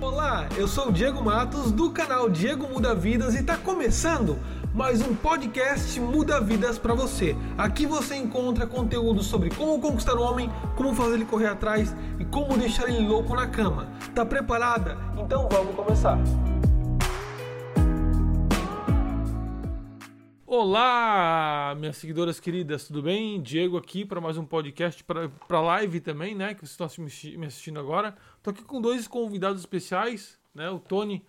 Olá, eu sou o Diego Matos do canal Diego Muda Vidas e tá começando mais um podcast Muda Vidas para você. Aqui você encontra conteúdo sobre como conquistar o homem, como fazer ele correr atrás e como deixar ele louco na cama. Tá preparada? Então vamos começar. Olá, minhas seguidoras queridas, tudo bem? Diego aqui para mais um podcast, para live também, né? Que vocês estão assisti- me assistindo agora. Tô aqui com dois convidados especiais, né? O Tony,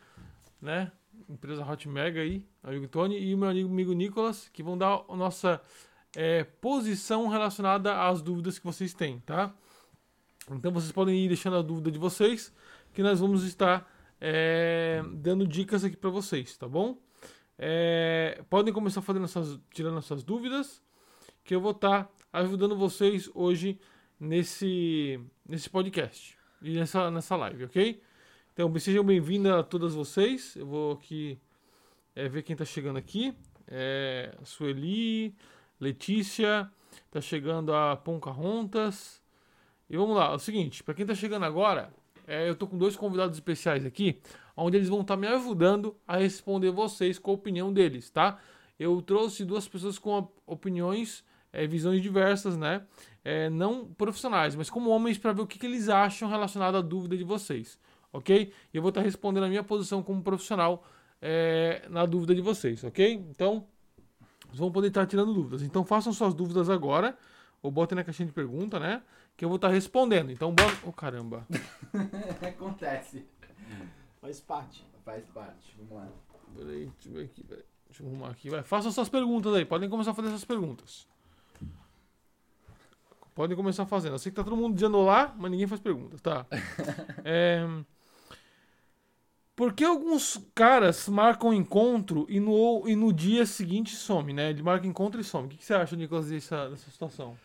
né? Empresa Hot Mega aí, amigo Tony, e o meu amigo, amigo Nicolas, que vão dar a nossa eh, posição relacionada às dúvidas que vocês têm, tá? Então vocês podem ir deixando a dúvida de vocês, que nós vamos estar eh, dando dicas aqui para vocês, tá bom? É, podem começar fazendo essas, tirando essas dúvidas, que eu vou estar ajudando vocês hoje nesse, nesse podcast e nessa, nessa live, ok? Então, bem- sejam bem-vindos a todas vocês. Eu vou aqui é, ver quem está chegando aqui. É, Sueli, Letícia, está chegando a Poncarrontas. E vamos lá, é o seguinte, para quem tá chegando agora, é, eu tô com dois convidados especiais aqui, onde eles vão estar me ajudando a responder vocês com a opinião deles, tá? Eu trouxe duas pessoas com op- opiniões, é, visões diversas, né? É, não profissionais, mas como homens, para ver o que, que eles acham relacionado à dúvida de vocês, ok? E eu vou estar respondendo a minha posição como profissional é, na dúvida de vocês, ok? Então, vocês vão poder estar tirando dúvidas. Então façam suas dúvidas agora, ou botem na caixinha de pergunta, né? Que eu vou estar respondendo. Então, bora. Ô, caramba. Acontece. Faz parte. Faz parte. Vamos lá. Peraí, deixa eu ver aqui, peraí. Deixa eu arrumar aqui. Vai, façam suas perguntas aí. Podem começar a fazer essas perguntas. Podem começar fazendo. Eu sei que tá todo mundo dizendo olá, mas ninguém faz perguntas, tá? É, Por que alguns caras marcam um encontro e no, e no dia seguinte some, né? Ele marca encontro e some. O que, que você acha, Nicolas, dessa, dessa situação?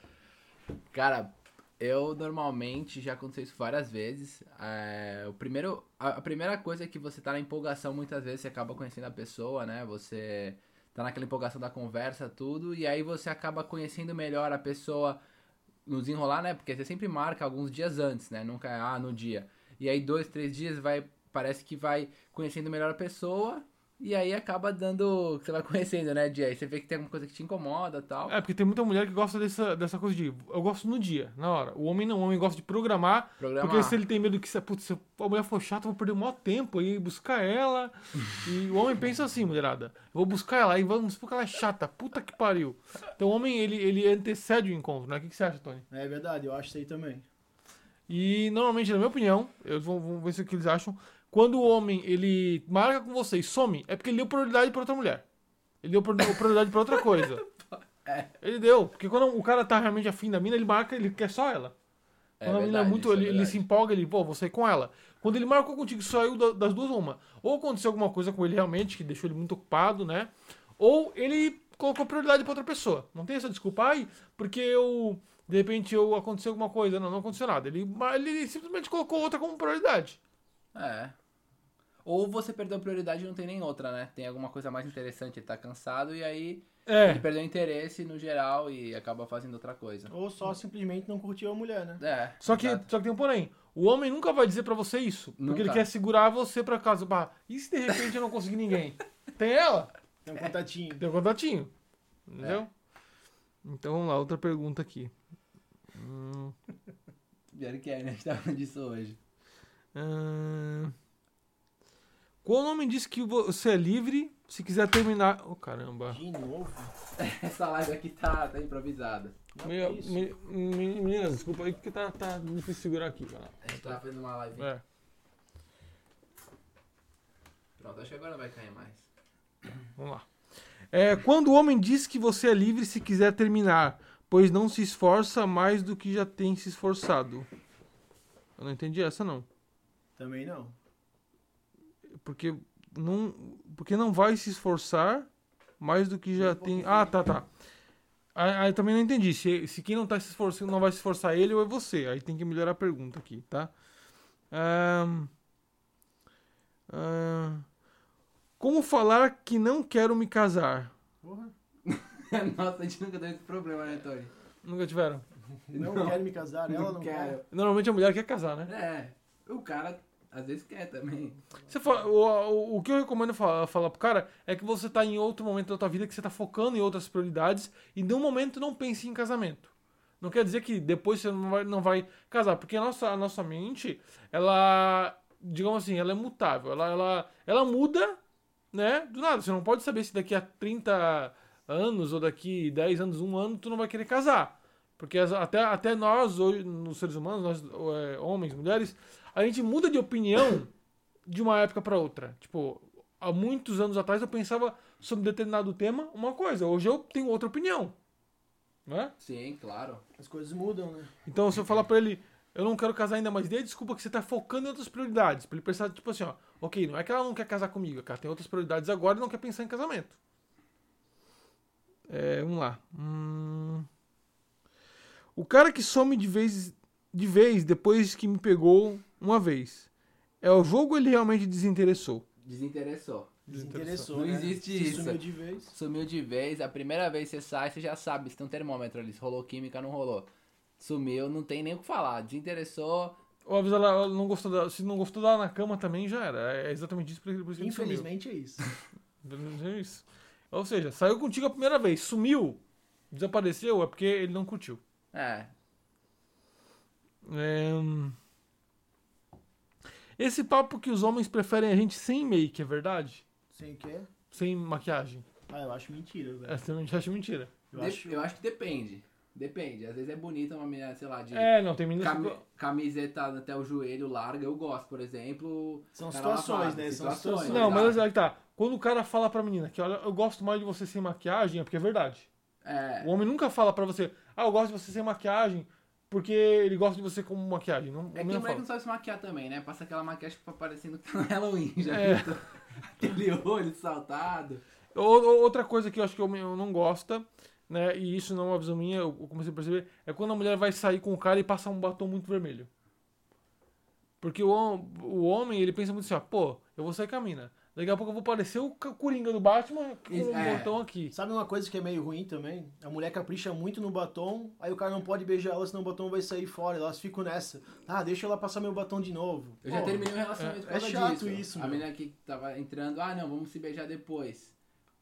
Cara, eu normalmente já aconteceu isso várias vezes. é, o primeiro, a, a primeira coisa é que você tá na empolgação, muitas vezes você acaba conhecendo a pessoa, né? Você tá naquela empolgação da conversa, tudo, e aí você acaba conhecendo melhor a pessoa no desenrolar, né? Porque você sempre marca alguns dias antes, né? Nunca é, ah, no dia. E aí dois, três dias vai, parece que vai conhecendo melhor a pessoa. E aí acaba dando. Você vai conhecendo, né, dia? Aí você vê que tem alguma coisa que te incomoda tal. É, porque tem muita mulher que gosta dessa, dessa coisa de. Eu gosto no dia, na hora. O homem não, o homem gosta de programar. Programar. Porque se ele tem medo que se, putz, se a mulher for chata, eu vou perder o maior tempo aí, buscar ela. e o homem pensa assim, mulherada. Eu vou buscar ela e vamos supor que ela é chata. Puta que pariu. Então o homem, ele, ele antecede o encontro, né? O que, que você acha, Tony? É verdade, eu acho isso aí também. E normalmente, na minha opinião, eu vou, vou ver se o que eles acham. Quando o homem ele marca com você e some, é porque ele deu prioridade pra outra mulher. Ele deu prior- prioridade pra outra coisa. É. Ele deu, porque quando o cara tá realmente afim da mina, ele marca, ele quer só ela. É Quando a mina é verdade, muito, isso é ele, ele verdade. se empolga, ele, pô, vou sair com ela. Quando ele marcou contigo, saiu da- das duas uma. Ou aconteceu alguma coisa com ele realmente, que deixou ele muito ocupado, né? Ou ele colocou prioridade pra outra pessoa. Não tem essa desculpa, ai, porque eu. De repente eu aconteceu alguma coisa. Não, não aconteceu nada. Ele, mas ele simplesmente colocou outra como prioridade. É. Ou você perdeu prioridade e não tem nem outra, né? Tem alguma coisa mais interessante, ele tá cansado e aí ele É. perdeu interesse no geral e acaba fazendo outra coisa. Ou só simplesmente não curtiu a mulher, né? É. Só que, exato. só que tem um porém. O homem nunca vai dizer pra você isso. Porque Nunca. ele quer segurar você pra casa. Bah, e se de repente eu não conseguir ninguém? Tem ela? Tem um contatinho. Deu contatinho. Entendeu? É. Então vamos lá, outra pergunta aqui. Hum, Pior que é, né? A gente tá falando disso hoje. ahn. Qual homem diz que você é livre se quiser terminar. Oh, caramba. De novo? Essa live aqui tá, tá improvisada. Não, Meia- que isso? me- me- Meninas, desculpa aí porque tá, tá difícil segurar aqui, cara. A gente tá fazendo uma live. É. Pronto, acho que agora não vai cair mais. Vamos lá. É, quando o homem diz que você é livre se quiser terminar, pois não se esforça mais do que já tem se esforçado. Eu não entendi essa, não. Também não. Porque não, porque não vai se esforçar mais do que já tem. Ah, tá, tá. Aí aí também não entendi. Se, se quem não tá se esforçando não vai se esforçar ele ou é você. Aí tem que melhorar a pergunta aqui, tá? Ahn. Ahn. como falar que não quero me casar? Porra. Nossa, a gente nunca teve esse problema, né, Tony? Nunca tiveram? Não, quero me casar, ela não, quer. Normalmente a mulher quer casar, né? É. O cara Às vezes quer também. Você fala- o, o- o que eu recomendo fa- falar pro cara é que você tá em outro momento da tua vida que você tá focando em outras prioridades e no momento não pense em casamento. Não quer dizer que depois você não vai, não vai casar, porque a nossa, a nossa mente, ela, digamos assim, ela é mutável. Ela, ela, ela muda, né? Do nada. Você não pode saber se daqui a 30 anos ou daqui 10 anos, um ano, tu não vai querer casar. Porque as- até, até nós, hoje, nos seres humanos, nós, é, homens, mulheres, a gente muda de opinião de uma época pra outra. Tipo, há muitos anos atrás eu pensava sobre determinado tema uma coisa, hoje eu tenho outra opinião. Né? Sim, claro. As coisas mudam, né? Então, se eu falar pra ele, eu não quero casar ainda, mas dê a desculpa que você tá focando em outras prioridades. Pra ele pensar, tipo assim, ó, ok, não é que ela não quer casar comigo, cara, tem outras prioridades agora e não quer pensar em casamento. É, vamos lá. Hum... O cara que some de vez, de vez depois que me pegou uma vez. É o jogo ou ele realmente desinteressou? Desinteressou. Desinteressou. Não né? existe Se isso. Sumiu de vez. Sumiu de vez, a primeira vez que você sai, você já sabe, você tem um termômetro ali, se rolou química, não rolou. Sumiu, não tem nem o que falar. Desinteressou, Ou avisa ela, ela não gostou da, se não gostou dela na cama também já era. É exatamente isso por por isso que ele sumiu. Infelizmente é isso. Infelizmente é isso. Ou seja, saiu contigo a primeira vez, sumiu, desapareceu, é porque ele não curtiu. é, É, hum. Esse papo que os homens preferem a gente sem make, é verdade? Sem o quê? Sem maquiagem. É Ah, eu acho mentira, velho. Essa eu acho mentira. Eu De- acho. que depende. Depende. Às vezes é bonita uma menina, sei lá, de É, não, tem meninas que cami- go- camiseta até o joelho larga. Eu gosto, por exemplo. São cara situações, lavado, né? São situações. situações. Não, mas exato. aí que tá. Quando o cara fala pra menina que, olha, eu gosto mais de você sem maquiagem, é porque é verdade. É, O homem nunca fala pra você, ah, eu gosto de você sem maquiagem, porque ele gosta de você com maquiagem. Não, o é homem que a não mulher que fala. não sabe se maquiar também, né? Passa aquela maquiagem que fica parecendo que tá no Halloween já. É. viu? Aquele olho saltado. Ou- ou- Outra coisa que eu acho que o homem não gosta, né, e isso não é uma visão minha, eu eu comecei a perceber, é quando a mulher vai sair com o cara e passa um batom muito vermelho. Porque o, hom- o homem, ele pensa muito assim, ó, pô, eu vou sair com a mina. Daqui a pouco eu vou parecer o ca- Coringa do Batman com Isso, um é. botão aqui. Sabe uma coisa que é meio ruim também? A mulher capricha muito no batom, aí o cara não pode beijar ela, senão o batom vai sair fora. Elas ficam nessa. Ah, deixa ela passar meu batom de novo. Eu já Pô, terminei o relacionamento por é causa chato disso. isso, a meu. menina que tava entrando, ah não, vamos se beijar depois.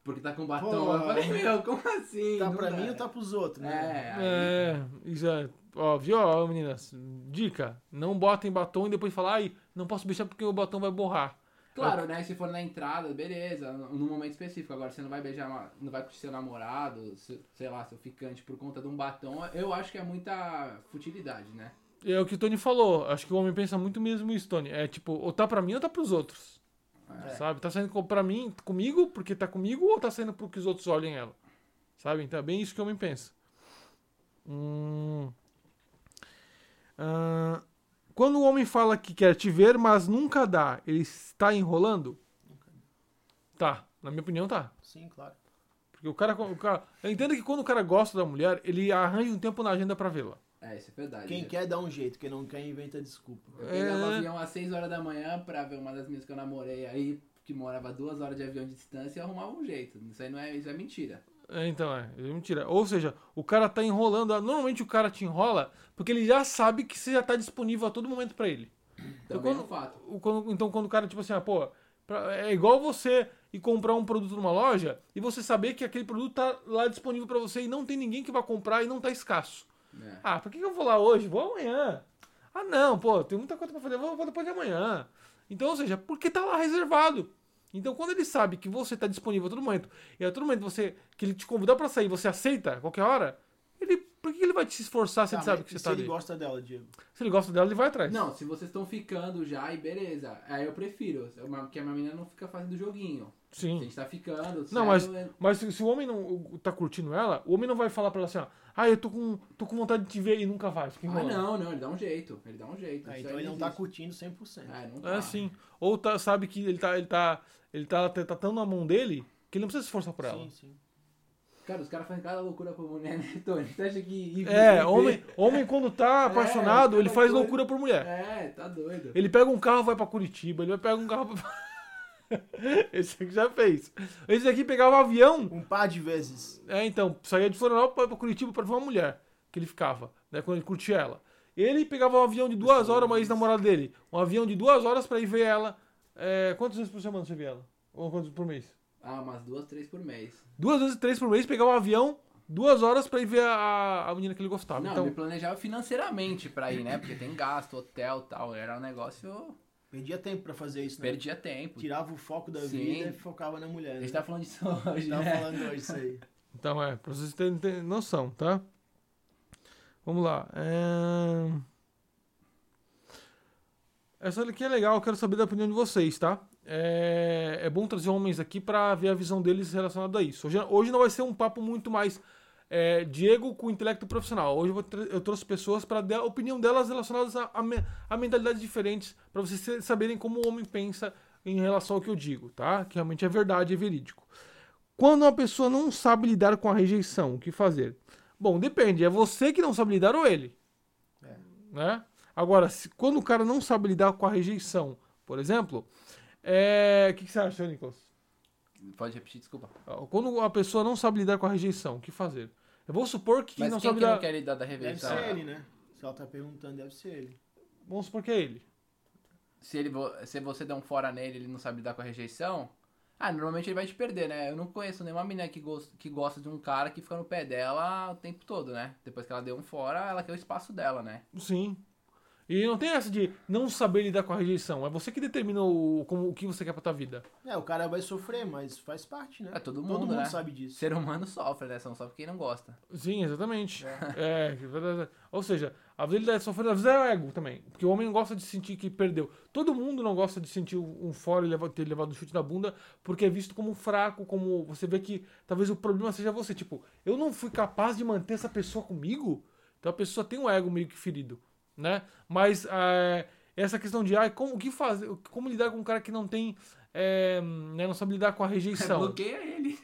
Porque tá com batom. Pô. Eu falei, meu, como assim? Tá Não pra dá. mim ou tá pros outros, né? É, aí- É, isso é. Ó, viu, ó, meninas? Dica: não botem batom e depois falar, ai, não posso beijar porque o batom vai borrar. Claro, né? Se for na entrada, beleza, num momento específico. Agora, você não vai beijar, uma- não vai curtir seu namorado, seu- sei lá, seu ficante por conta de um batom. Eu acho que é muita futilidade, né? É o que o Tony falou. Acho que o homem pensa muito mesmo isso, Tony. É tipo, ou tá pra mim ou tá pros outros. É. Sabe? Tá saindo com- pra mim, comigo, porque tá comigo, ou tá saindo pro que os outros olhem ela. Sabe? Então é bem isso que o homem pensa. Hum. Ah, quando o homem fala que quer te ver, mas nunca dá, ele está enrolando? Tá. Na minha opinião, tá. Sim, claro. Porque o cara. O cara entenda que quando o cara gosta da mulher, ele arranja um tempo na agenda pra vê-la. É, isso é verdade. Quem Eu- quer dá um jeito, quem não quer inventa desculpa. Eu pegava É. avião às 6 horas da manhã pra ver uma das minhas que eu namorei aí, que morava duas horas de avião de distância e arrumava um jeito. Isso aí não é, isso é mentira. É, então, é, é mentira. Ou seja, o cara tá enrolando. ah, Normalmente o cara te enrola porque ele já sabe que você já tá disponível a todo momento pra ele. Também é um quando- fato. O- quando- então, quando o cara, tipo assim, ah, pô, pra- é igual você ir comprar um produto numa loja e você saber que aquele produto tá lá disponível pra você e não tem ninguém que vai comprar e não tá escasso. né? Ah, pra que que eu vou lá hoje? Vou amanhã. Ah, não, pô, tem muita coisa pra fazer, vou, vou depois de amanhã. Então, ou seja, porque tá lá reservado. Então, quando ele sabe que você tá disponível a todo momento, e a todo momento você, que ele te convidar pra sair, você aceita a qualquer hora, ele, por que que ele vai te esforçar se Tá, ele sabe mas que e você se tá ele ali? gosta dela, Diego. Se ele gosta dela, ele vai atrás. Não, se vocês estão ficando já, e beleza. Aí eu prefiro, porque a minha menina não fica fazendo joguinho. Se a Sim. gente tá ficando, Não, sério, mas, é- mas se, se o homem não o- tá curtindo ela, o homem não vai falar pra ela assim, ó, ah, eu tô com, tô com vontade de te ver e nunca vai. Fica Ah, enrolando. não, não, ele dá um jeito. Ele dá um jeito. Ah, isso então aí ele não tá existe. curtindo 100%. É, não tá. É, sim. Ou tá- sabe que ele tá, ele tá, ele tá, tá, tão na mão dele que ele não precisa se esforçar por ela. Sim, sim. Cara, os caras fazem cada loucura pra mulher, né, Tony? Você acha que. ir- ir- É, ir- homem, homem quando tá apaixonado, é ele faz loucura. loucura por mulher. É, tá doido. Ele pega um carro, vai pra Curitiba, ele vai pegar um carro pra... Esse aqui já fez. Esse daqui pegava um avião, Um par de vezes. é, então, saía de Florianópolis pra Curitiba pra ver uma mulher que ele ficava, né, quando ele curtia ela. Ele pegava um avião de duas horas, uma ex-namorada dele. Um avião de duas horas pra ir ver ela. É, quantas vezes por semana você vê ela? Ou quantas por mês? Ah, umas duas, três por mês. Duas vezes, três por mês, pegava um avião, duas horas pra ir ver a, a menina que ele gostava. não, então, me planejava financeiramente pra ir, né? Porque tem gasto, hotel tal. Era um negócio. Perdia tempo pra fazer isso, né? Perdia tempo. Tirava o foco da Sim. vida e focava na mulher. A Né? gente tá falando disso hoje, Tava né? falando hoje isso aí. então é, pra vocês terem, terem noção, tá? Vamos lá. É... Essa aqui é legal, eu quero saber da opinião de vocês, tá? É, é bom trazer homens aqui pra ver a visão deles relacionada a isso. Hoje, hoje não vai ser um papo muito mais é, Diego com intelecto profissional. Hoje eu, vou tra- eu trouxe pessoas para dar a opinião delas relacionadas a, a, me- a mentalidades diferentes, pra vocês se- saberem como o homem pensa em relação ao que eu digo, tá? Que realmente é verdade, é verídico. Quando uma pessoa não sabe lidar com a rejeição, o que fazer? Bom, depende, é você que não sabe lidar ou ele É. né? Agora, se- quando o cara não sabe lidar com a rejeição, por exemplo, é... o que, que você acha, Nicolas? Pode repetir, desculpa. Ah, Quando a pessoa não sabe lidar com a rejeição, o que fazer? Eu vou supor que quem Mas não quem sabe que não lidar. quer lidar da Deve rejeição? ser ele, né? Se ela tá perguntando, deve ser ele. Vamos supor que é ele. Se, ele, vo- se você der um fora nele ele não sabe lidar com a rejeição, ah, normalmente ele vai te perder, né? Eu não conheço nenhuma menina que, gos- que gosta de um cara que fica no pé dela o tempo todo, né? Depois que ela deu um fora, ela quer o espaço dela, né? Sim. E não tem essa de não saber lidar com a rejeição. É você que determina o, como, o que você quer pra tua vida. É, o cara vai sofrer, mas faz parte, né? É todo mundo, né? sabe disso. Ser humano sofre, né? Só não sofre quem não gosta. Sim, exatamente. É. que verdade- ou seja, a vida ele deve sofrer, às vezes é o ego também. Porque o homem não gosta de sentir que perdeu. Todo mundo não gosta de sentir um um fora e leva- ter levado um chute na bunda, porque é visto como fraco, como. Você vê que talvez o problema seja você. Tipo, eu não fui capaz de manter essa pessoa comigo? Então a pessoa tem um ego meio que ferido, né? Mas é, essa questão de ah, como, o que fazer, como lidar com um cara que não tem. é, né, não sabe lidar com a rejeição. Bloqueia ele.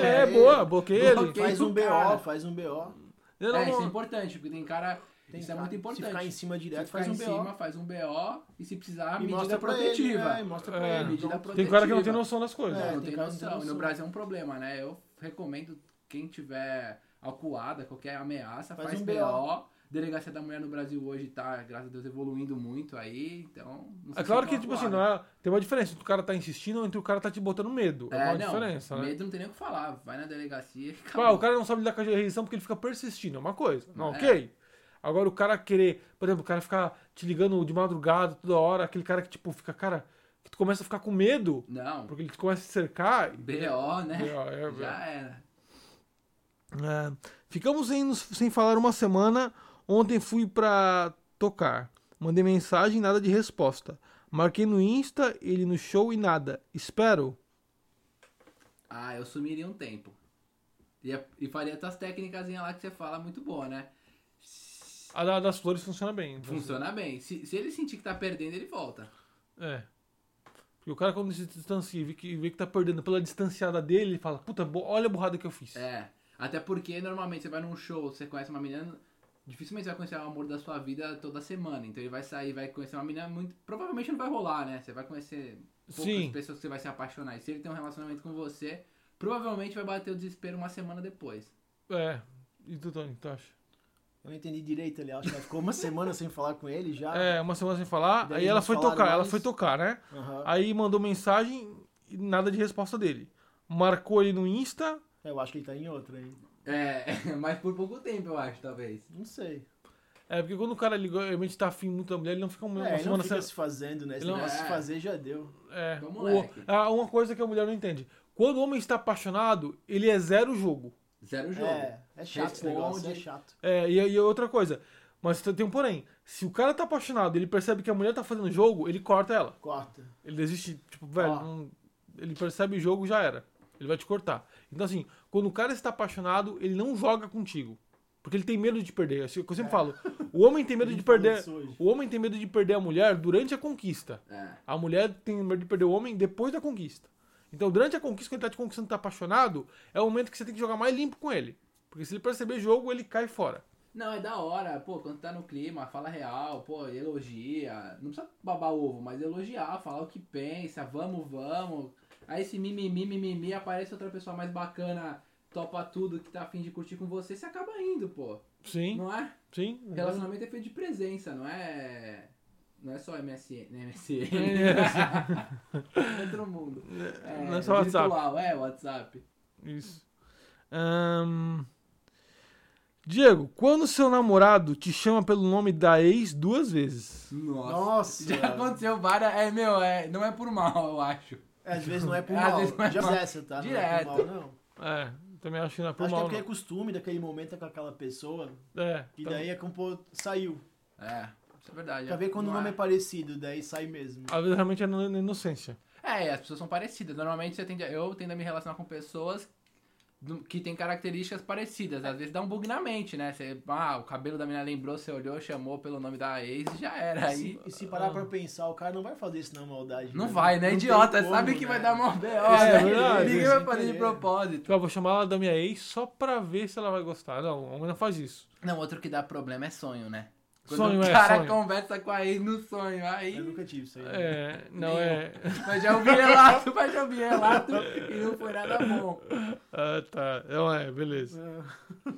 É, boa, bloqueia ele. Bloqueia. Faz um BO, Cara. faz um BO. Eu não- É, isso é importante, porque tem cara. Tem isso cara- é muito Se ficar em importante. cima direto, Se faz em um cima, BO. faz um BO e se precisar, E medida mostra pra ele, protetiva. né? E mostra pra É. ele. Medida Então, protetiva. Tem cara que não tem noção das coisas. É, não tem tem cara que não tem noção. E no noção. Brasil é um problema, né? Eu recomendo quem tiver acuada, qualquer ameaça, Faz faz, um um BO. BO. Delegacia da Mulher no Brasil hoje tá, graças a Deus, evoluindo muito aí, então... não É se claro sintam que, tipo assim, não acuados. é, tem uma diferença entre o cara tá insistindo ou entre o cara tá te botando medo. É, uma não, diferença, né? medo não tem nem o que falar. Vai na delegacia e Ah, o acabou. cara não sabe lidar com a rejeição porque ele fica persistindo, é uma coisa. Não, É. ok. Agora o cara querer, por exemplo, o cara ficar te ligando de madrugada toda hora, aquele cara que, tipo, fica, cara, que tu começa a ficar com medo, Não, porque ele te começa a cercar. e- BO, né? É, é, Já era. É, ficamos sem, nos- sem falar uma semana. Ontem fui pra tocar. Mandei mensagem, nada de resposta. Marquei no Insta, ele no show e nada. Espero. Ah, eu sumiria um tempo. E, é, e faria tuas técnicas lá que você fala muito boa, né? A da- das flores funciona bem. Funciona bem. Se, se ele sentir que tá perdendo, ele volta. É. Porque o cara, quando se distancia e vê que, vê que tá perdendo pela distanciada dele, ele fala: Puta, bo- olha a burrada que eu fiz. É. Até porque normalmente você vai num show, você conhece uma menina. Dificilmente você vai conhecer o amor da sua vida toda semana. Então ele vai sair, vai conhecer uma menina muito. Provavelmente não vai rolar, né? Você vai conhecer poucas Sim. pessoas que você vai se apaixonar. E se ele tem um relacionamento com você, provavelmente vai bater o desespero uma semana depois. É. E tu, Tony, o que tu acha? Eu não entendi direito ali, acho que ela ficou uma semana sem falar com ele já. É, uma semana sem falar. Daí aí ela eles foi falaram tocar, ela mais. foi tocar, né? Aham. Aí mandou mensagem e nada de resposta dele. Marcou ele no Insta. Eu acho que ele tá em outra aí. É, mas por pouco tempo, eu acho, talvez. Não sei. É, porque quando o cara ligou, realmente tá afim muito da mulher, ele não fica uma, É, uma ele não semana fica sem. se fazendo, né? Se Ele ele não- não se É. fazer, já deu. É, Ô, o- moleque. ah, uma coisa que a mulher não entende. Quando o homem está apaixonado, ele é zero jogo. Zero jogo. É, é chato esse negócio, é Responde. chato. É, e, e outra coisa. Mas tem um porém. Se o cara tá apaixonado ele percebe que a mulher tá fazendo jogo, ele corta ela. Corta. Ele desiste, tipo, velho, Ó. não- ele percebe o jogo já era. Ele vai te cortar. Então, assim, quando o cara está apaixonado, ele não joga contigo. Porque ele tem medo de perder. Assim, que Eu sempre falo, o homem tem medo A de gente É. falou perder. disso hoje. O homem tem medo de perder a mulher durante a conquista. É. A mulher tem medo de perder o homem depois da conquista. Então, durante a conquista, quando ele tá te conquistando e tá apaixonado, é o momento que você tem que jogar mais limpo com ele. Porque se ele perceber jogo, ele cai fora. Não, é da hora, pô, quando tá no clima, fala real, pô, elogia. Não precisa babar ovo, mas elogiar, falar o que pensa, vamos, vamos. Aí esse mimimi, mimimi, aparece outra pessoa mais bacana, topa tudo, que tá afim de curtir com você, você acaba indo, pô. Sim, Uhum. Não é? sim. Relacionamento é feito de presença, não é. Não é só MSN. né, MSN. É outro mundo. É, não é só WhatsApp. virtual, é WhatsApp. Isso. Ahn, Diego, quando seu namorado te chama pelo nome da ex duas vezes? Nossa. Nossa, Já velho. aconteceu várias. É, meu, é, não é por mal, eu acho. É, às vezes não é por Às mal. vezes não é Já mal. dessa, tá? Não é por Direto. mal, não. É, também acho que não é por Acho que é mal. porque é costume daquele momento com aquela pessoa. não. É, E tá- daí a compô saiu. É, isso é verdade. Pra ver quando não o nome é. é parecido, daí sai mesmo. às vezes realmente é na na inocência. É, as pessoas são parecidas. Normalmente você tende a- eu tendo a me relacionar com pessoas do- que têm características parecidas. Às vezes dá um bug na mente, né? Você, ah, o cabelo da menina lembrou, você olhou, chamou pelo nome da ex e já era. E Aí ah. se- e se parar pra pensar, o cara não vai fazer isso na maldade. não né? vai, né? Não tem Idiota, como, sabe que né? vai dar mó B.O. é né? verdade. Ninguém Sem vai fazer de querer. propósito. Tipo, eu vou chamar ela da minha ex só pra ver se ela vai gostar. Não, o homem não faz isso. Não, outro que dá problema é sonho, né? Quando Sonho, o é, cara sonho. conversa com a ex no sonho, aí... Eu nunca tive isso aí. né? É, não Nem é. Mas já ouvi relato, mas já ouvi relato e não foi nada bom. Ah, tá. Não é, beleza. Ah,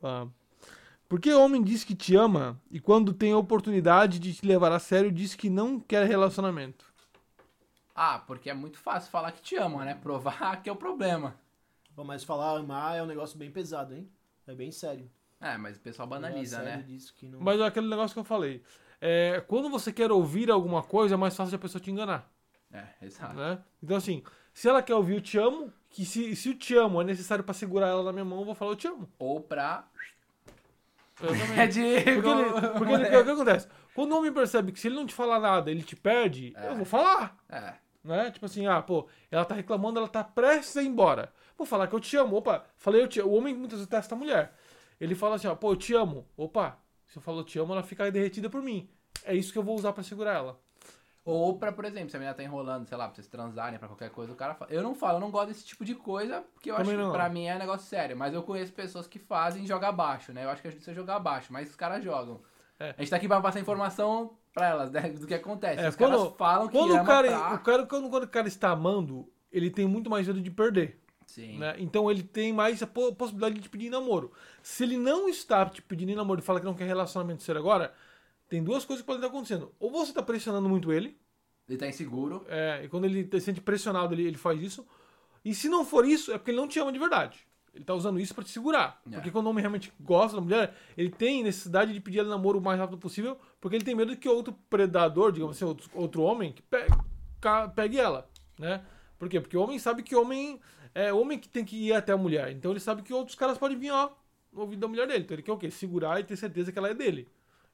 Tá. Por que homem diz que te ama e quando tem oportunidade de te levar a sério diz que não quer relacionamento? Ah, porque é muito fácil falar que te ama, né? Provar que é o problema. Bom, Mas falar amar é um negócio bem pesado, hein? É bem sério. É, mas o pessoal banaliza, É sério né? disso que não- Mas é aquele negócio que eu falei. É, quando você quer ouvir alguma coisa, é mais fácil a pessoa te enganar, É, exato. né? Então, assim, se ela quer ouvir o te amo, que se, se o te amo é necessário pra segurar ela na minha mão, eu vou falar eu te amo. Ou pra. Eu também. É de. Porque, ele- porque ele- o que acontece? Quando o homem percebe que se ele não te falar nada, ele te perde, É. eu vou falar. É, Né? Tipo assim, ah, pô, ela tá reclamando, ela tá prestes a ir embora. Vou falar que eu te amo. Opa, falei eu te amo. O homem muitas vezes testa a mulher. Ele fala assim, ó, pô, eu te amo. Opa, se eu falo eu te amo, ela fica derretida por mim. É isso que eu vou usar pra segurar ela. Ou pra, por exemplo, se a menina tá enrolando, sei lá, pra vocês transarem, pra qualquer coisa, o cara fala. Eu não falo, eu não gosto desse tipo de coisa, porque eu Também acho não. que pra mim é negócio sério. Mas eu conheço pessoas que fazem e jogam abaixo, né? Eu acho que ajuda você a jogar abaixo, mas os caras jogam. É. A gente tá aqui pra passar informação pra elas, né? Do que acontece. É, os quando- caras falam que Quando ama o cara, é pra- o cara quando, quando o cara está amando, ele tem muito mais medo de perder. Sim. né? Então ele tem mais a po- possibilidade de te pedir em namoro. Se ele não está te pedindo em namoro e fala que não quer relacionamento sério agora, tem duas coisas que podem estar acontecendo. Ou você está pressionando muito ele, Ele tá inseguro. é, e quando ele se sente pressionado, ele, ele faz isso. E se não for isso, é porque ele não te ama de verdade. Ele tá usando isso pra te segurar. É. Porque quando o homem realmente gosta da mulher, ele tem necessidade de pedir ela em namoro o mais rápido possível, porque ele tem medo que outro predador, digamos assim, outro, outro homem, que pe- ca- pegue ela, né? Por quê? Porque o homem sabe que homem é homem que tem que ir até a mulher. Então ele sabe que outros caras podem vir, ó, no ouvido da mulher dele. Então ele quer o quê? Segurar e ter certeza que ela é dele.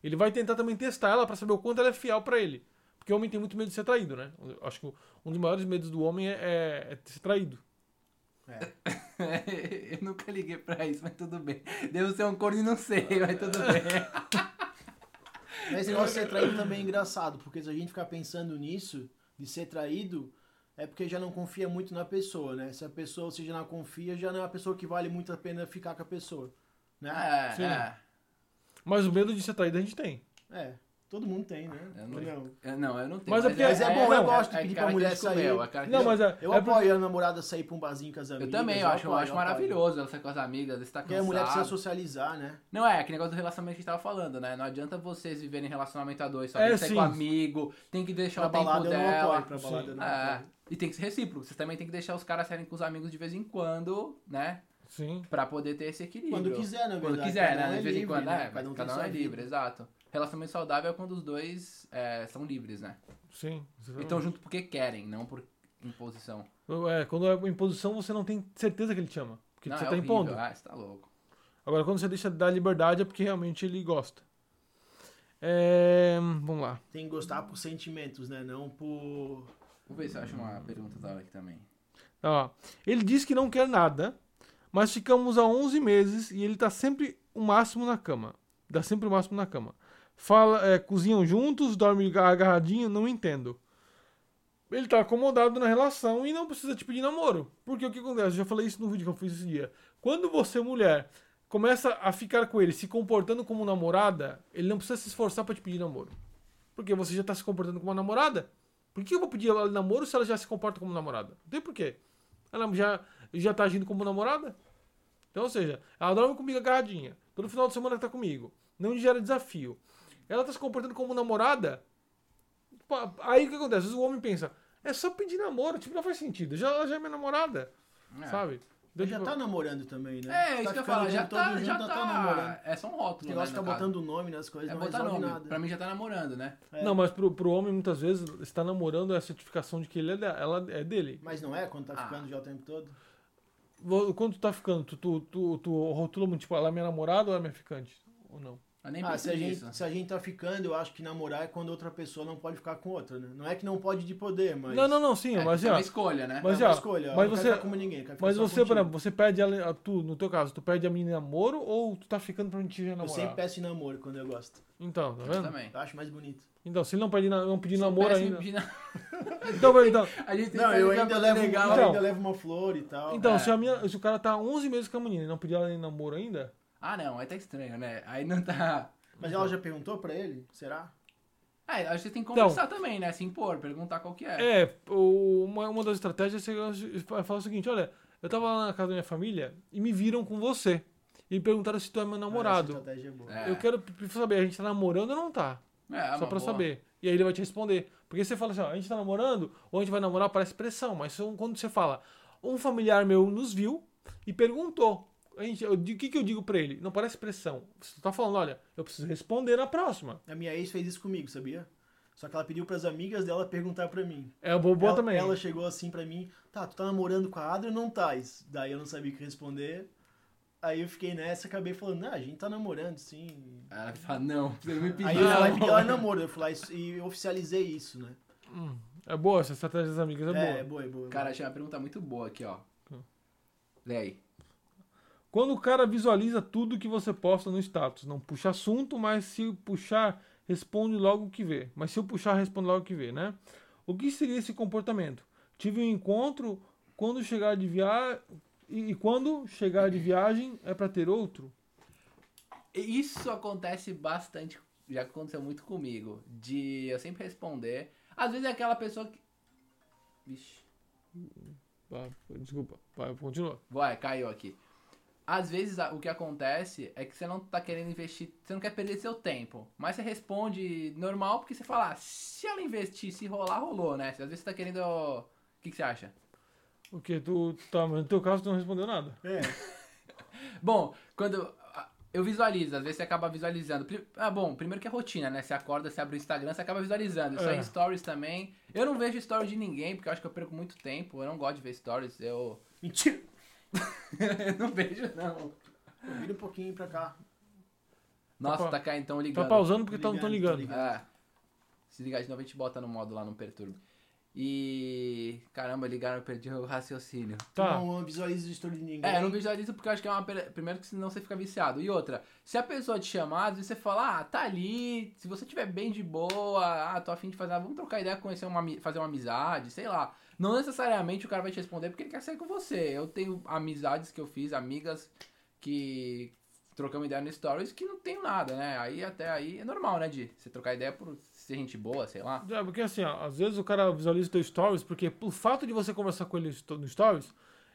Ele vai tentar também testar ela pra saber o quanto ela é fiel pra ele. Porque o homem tem muito medo de ser traído, né? Eu Acho que um dos maiores medos do homem é, é- é ser traído. É. eu nunca liguei pra isso, mas tudo bem. Devo ser um corno e não sei, mas tudo bem. Mas esse negócio de ser traído também é engraçado, porque se a gente ficar pensando nisso, de ser traído, é porque já não confia muito na pessoa, né? Se a pessoa, se já não confia, já não é uma pessoa que vale muito a pena ficar com a pessoa, né? É, Sim. é. Mas o medo de ser traído a gente tem. É, todo mundo tem, né? Eu Ou não, não. eu não, eu não tenho. Mas é porque- Mas é bom, eu gosto de pedir pra mulher característico sair. meu, é característico- Não, mas é, Eu é porque- apoio a namorada sair pra um barzinho com as Eu amigas. também, eu acho, eu apoio, acho apoio. maravilhoso ela sair com as amigas, estar Porque a mulher precisa cansado. socializar, né? Não é, aquele negócio do relacionamento que a gente tava falando, né? Não adianta vocês viverem relacionamento a dois, só É, tem que sair sim. com amigo, tem que deixar Pra o tempo Tá balada eu não dela. apoio, pra balada eu não É, apoio. e tem que ser recíproco. Vocês também tem que deixar os caras saírem com os amigos de vez em quando, né? Sim. Pra poder ter esse equilíbrio. Quando quiser, na verdade. é Quando quiser, Cada um né? é De vez em livre, quando, né? é, mas um tem cada um sua é vida. livre, exato. Relacionamento saudável é quando os dois é, são livres, né? Sim. E estão Então, junto porque querem, não por imposição. É, quando é em posição, você não tem certeza que ele te ama. Porque não, você é tá horrível. impondo. Ah, você tá louco. Agora, quando você deixa dar liberdade, é porque realmente ele gosta. É, vamos lá. Tem que gostar por sentimentos, né? Não por. Vou ver se eu acho uma pergunta da hora aqui também. Ó, ele diz que não quer nada, mas ficamos há 11 meses e ele tá sempre o máximo na cama. Dá sempre o máximo na cama. Fala, é, cozinham juntos, dormem agarradinho, não entendo. Ele tá acomodado na relação e não precisa te pedir namoro. Porque o que acontece? Eu já falei isso no vídeo que eu fiz esse dia. Quando você, mulher, começa a ficar com ele se comportando como namorada, ele não precisa se esforçar pra te pedir namoro. Porque você já tá se comportando como uma namorada. Por que eu vou pedir ela namoro se ela já se comporta como namorada? Não tem porquê. Ela já, já tá agindo como namorada? Então, ou seja, ela dorme comigo agarradinha. Todo final de semana ela tá comigo. Não me gera desafio. Ela tá se comportando como namorada. Pa- Aí o que acontece? Às vezes o homem pensa, é só pedir namoro, tipo, não faz sentido. Já, ela já é minha namorada, É. sabe? Então, Ele já tipo, tá namorando também, né? É, isso Tá que eu ficando falo, o já dia todo tá, junto, já tá tá. namorando. É só um O rótulo, né? negócio no tá caso. botando nome nas coisas, É não botar resolve nome. nada. Pra mim já tá namorando, né? É. Não, mas pro, pro homem muitas vezes está namorando é a certificação de que ele é, de- ela é dele. Mas não é quando tá Ah. ficando já o tempo todo? Vo- Quando tu tá ficando, tu, tu, tu, tu rotula muito, tipo, ela é minha namorada ou ela é minha ficante? Ou não? Eu nem É, Ah, penso se a, nisso. gente, se a gente tá ficando, eu acho que namorar é quando outra pessoa não pode ficar com outra, né? Não é que não pode de poder, mas. Não, não, não, sim, É, mas assim, é já. uma escolha, né? mas é já, uma escolha. mas eu não você- quero ficar com ninguém, eu quero ficar Mas só você, por contigo. exemplo, você pede ela, a- tu, no teu caso, tu pede a menina em namoro ou tu tá ficando pra mentir Eu namorar? sempre peço em namoro quando eu gosto. Então, tá Eu vendo? também. Eu acho mais bonito. Então, se ele não pedir, na- não pedir namoro Parece ainda. imagina- Então, vai, então, A gente tem Não, que eu fazer ainda uma levo, um legal. eu Então. ainda levo uma flor e tal. então É. se, a minha, se o cara tá 11 meses com a menina e não pedir ela em namoro ainda, Ah, não, aí tá estranho, né? Aí não tá. Mas ela já perguntou pra ele? Será? Ah, acho que tem que Então. conversar também, né? Se impor, perguntar qual que é. É, o- uma, uma das estratégias é falar o seguinte: olha, eu tava lá na casa da minha família e me viram com você. E me perguntaram se tu é meu Ah, essa namorado. estratégia é boa. É. Eu quero prefiro saber, a gente tá namorando ou não tá? É, só uma pra boa. saber. E aí ele vai te responder. Porque você fala assim: ó, a gente tá namorando ou a gente vai namorar, parece pressão. Mas são- quando você fala, um familiar meu nos viu e perguntou. A gente, eu digo- o que, que eu digo pra ele? Não parece pressão. Você tá falando, olha, eu preciso responder na próxima. A minha ex fez isso comigo, sabia? Só que ela pediu pras amigas dela perguntar pra mim. É uma boa ela, também. ela chegou assim pra mim, tá, tu tá namorando com a Adri ou não tais? Daí eu não sabia o que responder. Aí eu fiquei nessa e acabei falando, ah, a gente tá namorando, sim. Ela fala, não, você não me pediu. Aí eu fui lá e pedi ela em namoro. namoro, eu fui lá e, e oficializei isso, né? Hum, é boa, essa estratégia das amigas é, boa. é boa, é boa. Cara, achei uma pergunta muito boa aqui, ó. Lê aí. Quando o cara visualiza tudo que você posta no status, não puxa assunto, mas se puxar, responde logo o que vê. Mas se eu puxar, responde logo o que vê, né? O que seria esse comportamento? Tive um encontro quando chegar de viagem e e quando chegar de viagem é pra ter outro. Isso acontece bastante, já aconteceu muito comigo, de eu sempre responder. Às vezes é aquela pessoa que. Vixe. Ah, Desculpa, vai, continua. Vai, caiu aqui. Às vezes a- o que acontece é que você não tá querendo investir, você não quer perder seu tempo. Mas você responde normal porque você fala, ah, se ela investir, se rolar, rolou, né? Às vezes você tá querendo. O que, que você acha? O que tu tá, mas no teu caso tu não respondeu nada. Tá É, Bom, quando. ah, Eu visualizo, às vezes você acaba visualizando. Pri- Ah, bom, primeiro que é rotina, né? Você acorda, você abre o Instagram, você acaba visualizando. Isso aí É. em stories também. Eu não vejo stories de ninguém, porque eu acho que eu perco muito tempo. Eu não gosto de ver stories. Eu. mentira. eu não vejo, não. Vira um pouquinho pra cá. Nossa, pa- tá cá então Tá ligando. pausando porque tá, não tão Ligando, tô ligando. É. Se ligar de novo, a gente bota no modo lá, não perturba. E. Caramba, ligaram, eu perdi o raciocínio. Tá. Não visualiza o story de ninguém. É, eu não visualizo porque eu acho que é uma. per- Primeiro que senão você fica viciado. E outra, se a pessoa te chamar, às vezes você fala, ah, tá ali, se você tiver bem de boa, ah, tô afim de fazer, ah, vamos trocar ideia, conhecer uma, ami- fazer uma amizade, sei lá. Não necessariamente o cara vai te responder porque ele quer sair com você. Eu tenho amizades que eu fiz, amigas que trocamos ideia no Stories que não tenho nada, né? Aí até aí é normal, né, de você trocar ideia por ser gente boa, sei lá. É, porque assim, ó, às vezes o cara visualiza o teu stories, porque o fato de você conversar com ele sto- no stories,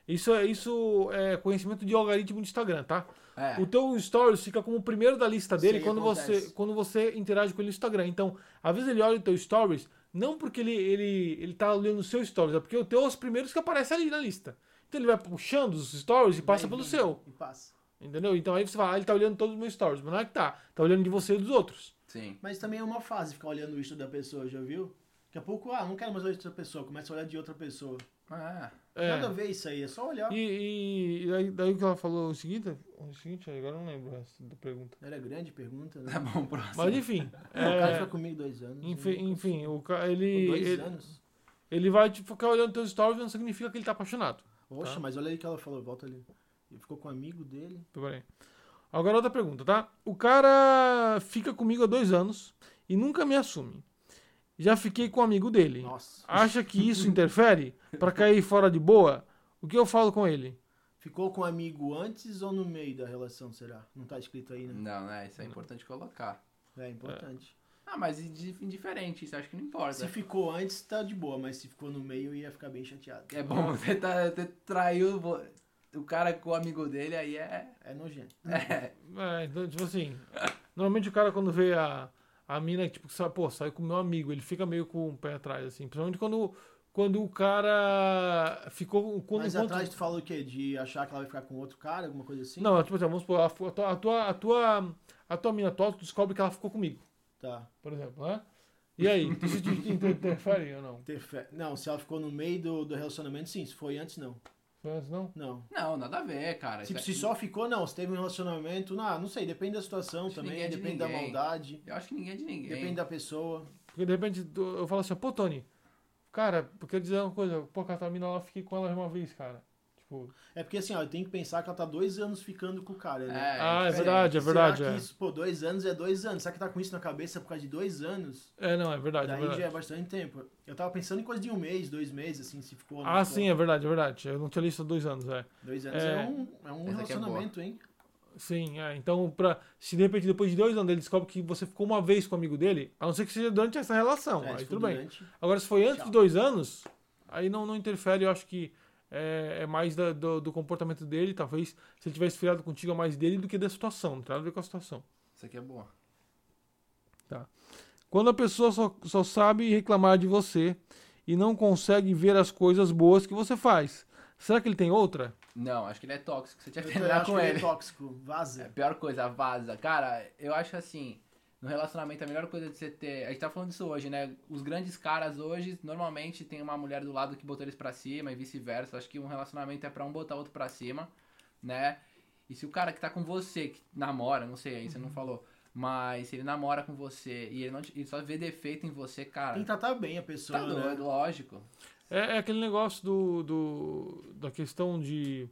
isso é, isso é conhecimento de algoritmo do Instagram, tá? É. O teu stories fica como o primeiro da lista dele aí quando acontece. você, quando você interage com ele no Instagram. Então, às vezes ele olha o teu stories, não porque ele, ele, ele tá olhando o seu stories, é porque o teu é os primeiros que aparecem ali na lista. Então ele vai puxando os stories e passa Vai pelo vindo seu, E passa. entendeu? Então aí você fala, ah, ele tá olhando todos os meus stories, mas não é que tá, tá olhando de você e dos outros. Sim. Mas também é uma fase ficar olhando o story da pessoa, já viu? Daqui a pouco, ah, não quero mais olhar de outra pessoa, começa a olhar de outra pessoa. Ah, É. Nada a ver isso aí, é só olhar. E, e- e daí, daí o que ela falou é o seguinte, o seguinte, agora eu não lembro o resto da pergunta. Era grande pergunta, né? tá bom, próximo. Mas enfim, O cara é, fica comigo dois anos. enfim, né? enfim, o ca- Por ele, dois ele, anos? ele vai te ficar olhando teus stories não significa que ele tá apaixonado. Oxe, Tá. mas olha aí o que ela falou, volta ali. Ele ficou com um amigo dele. Então, peraí. Agora outra pergunta, tá? O cara fica comigo há dois anos e nunca me assume. Já fiquei com um amigo dele. Nossa. Acha que isso interfere pra cair fora de boa? O que eu falo com ele? Ficou com um amigo antes ou no meio da relação, será? Não tá escrito aí, né? Não, né? Isso é importante colocar. É importante. Ah, mas indi- indiferente, isso acho que não importa. Se ficou antes, tá de boa, mas se ficou no meio, ia ficar bem chateado. É bom, você, tá, você traiu. vo- o cara com o amigo dele, aí é. É nojento. é. É, então, tipo assim, normalmente o cara quando vê a, a mina, tipo, que sabe, pô, saiu com o meu amigo, ele fica meio com o pé atrás, assim. Principalmente quando, quando o cara ficou... Quando, Mas quando- atrás tu fala o quê? De achar que ela vai ficar com outro cara, alguma coisa assim? Não, tipo assim, vamos supor, a, fu- a tua, a tua, a tua, a tua mina atual, tu descobre que ela ficou comigo, Tá. por exemplo, né? E aí, tu se tu interfere ou não? Ter fé- Não, se ela ficou no meio do, do relacionamento, sim. Se foi antes, não. Mas não? Não. Não, nada a ver, cara. Se, Isso Tipo, se é- só ficou, não. Se teve um relacionamento, não, não sei. Depende da situação Acho que também. ninguém é de Depende da ninguém. maldade. Eu acho que ninguém é de ninguém. Depende da pessoa. Porque de repente tu- eu falo assim, pô, Tony, cara, eu quero dizer uma coisa, pô, cara, tua mina lá, eu fiquei com ela uma vez, cara. Tipo, É porque assim, ó, tem que pensar que ela tá dois anos ficando com o cara, né? É, ah, é diferente. verdade, é verdade, Será é. que isso, pô, dois anos é dois anos? Será que tá com isso na cabeça por causa de dois anos? É, não, é verdade, é Daí já é verdade. bastante tempo. Eu tava pensando em coisa de um mês, dois meses, assim, se ficou. ou não Ah, ficou. sim, é verdade, é verdade. Eu não tinha listo há dois anos, é. Dois anos É. é, um, Essa aqui é é um boa. relacionamento, hein? Sim, é. Então, pra, se de repente depois de dois anos ele descobre que você ficou uma vez com o amigo dele, a não ser que seja durante essa relação, É, aí se tudo for bem. durante- Agora, se foi antes Tchau. de dois anos, aí não, não interfere, eu acho que é, é mais da- do, do comportamento dele, talvez se ele tivesse esfriado contigo é mais dele do que da situação, não tem nada a ver com a situação. Isso aqui é boa. Quando a pessoa só, só sabe reclamar de você e não consegue ver as coisas boas que você faz, será que ele tem outra? Não, acho que ele é tóxico. Você tinha que Eu, terminar acho com que ele. ele é tóxico, É a vaza. pior coisa, vaza. Cara, eu acho assim, no relacionamento a melhor coisa de você ter. A gente tá falando disso hoje, né? Os grandes caras hoje normalmente tem uma mulher do lado que botou eles pra cima e vice-versa. Acho que um relacionamento é pra um botar o outro pra cima, né? E se o cara que tá com você, que namora, não sei, aí você não falou, mas se ele namora com você e ele, não te- ele só vê defeito em você, cara. Tem que tratar bem a pessoa, Tá né? doido, lógico. É, é aquele negócio do, do- da questão de,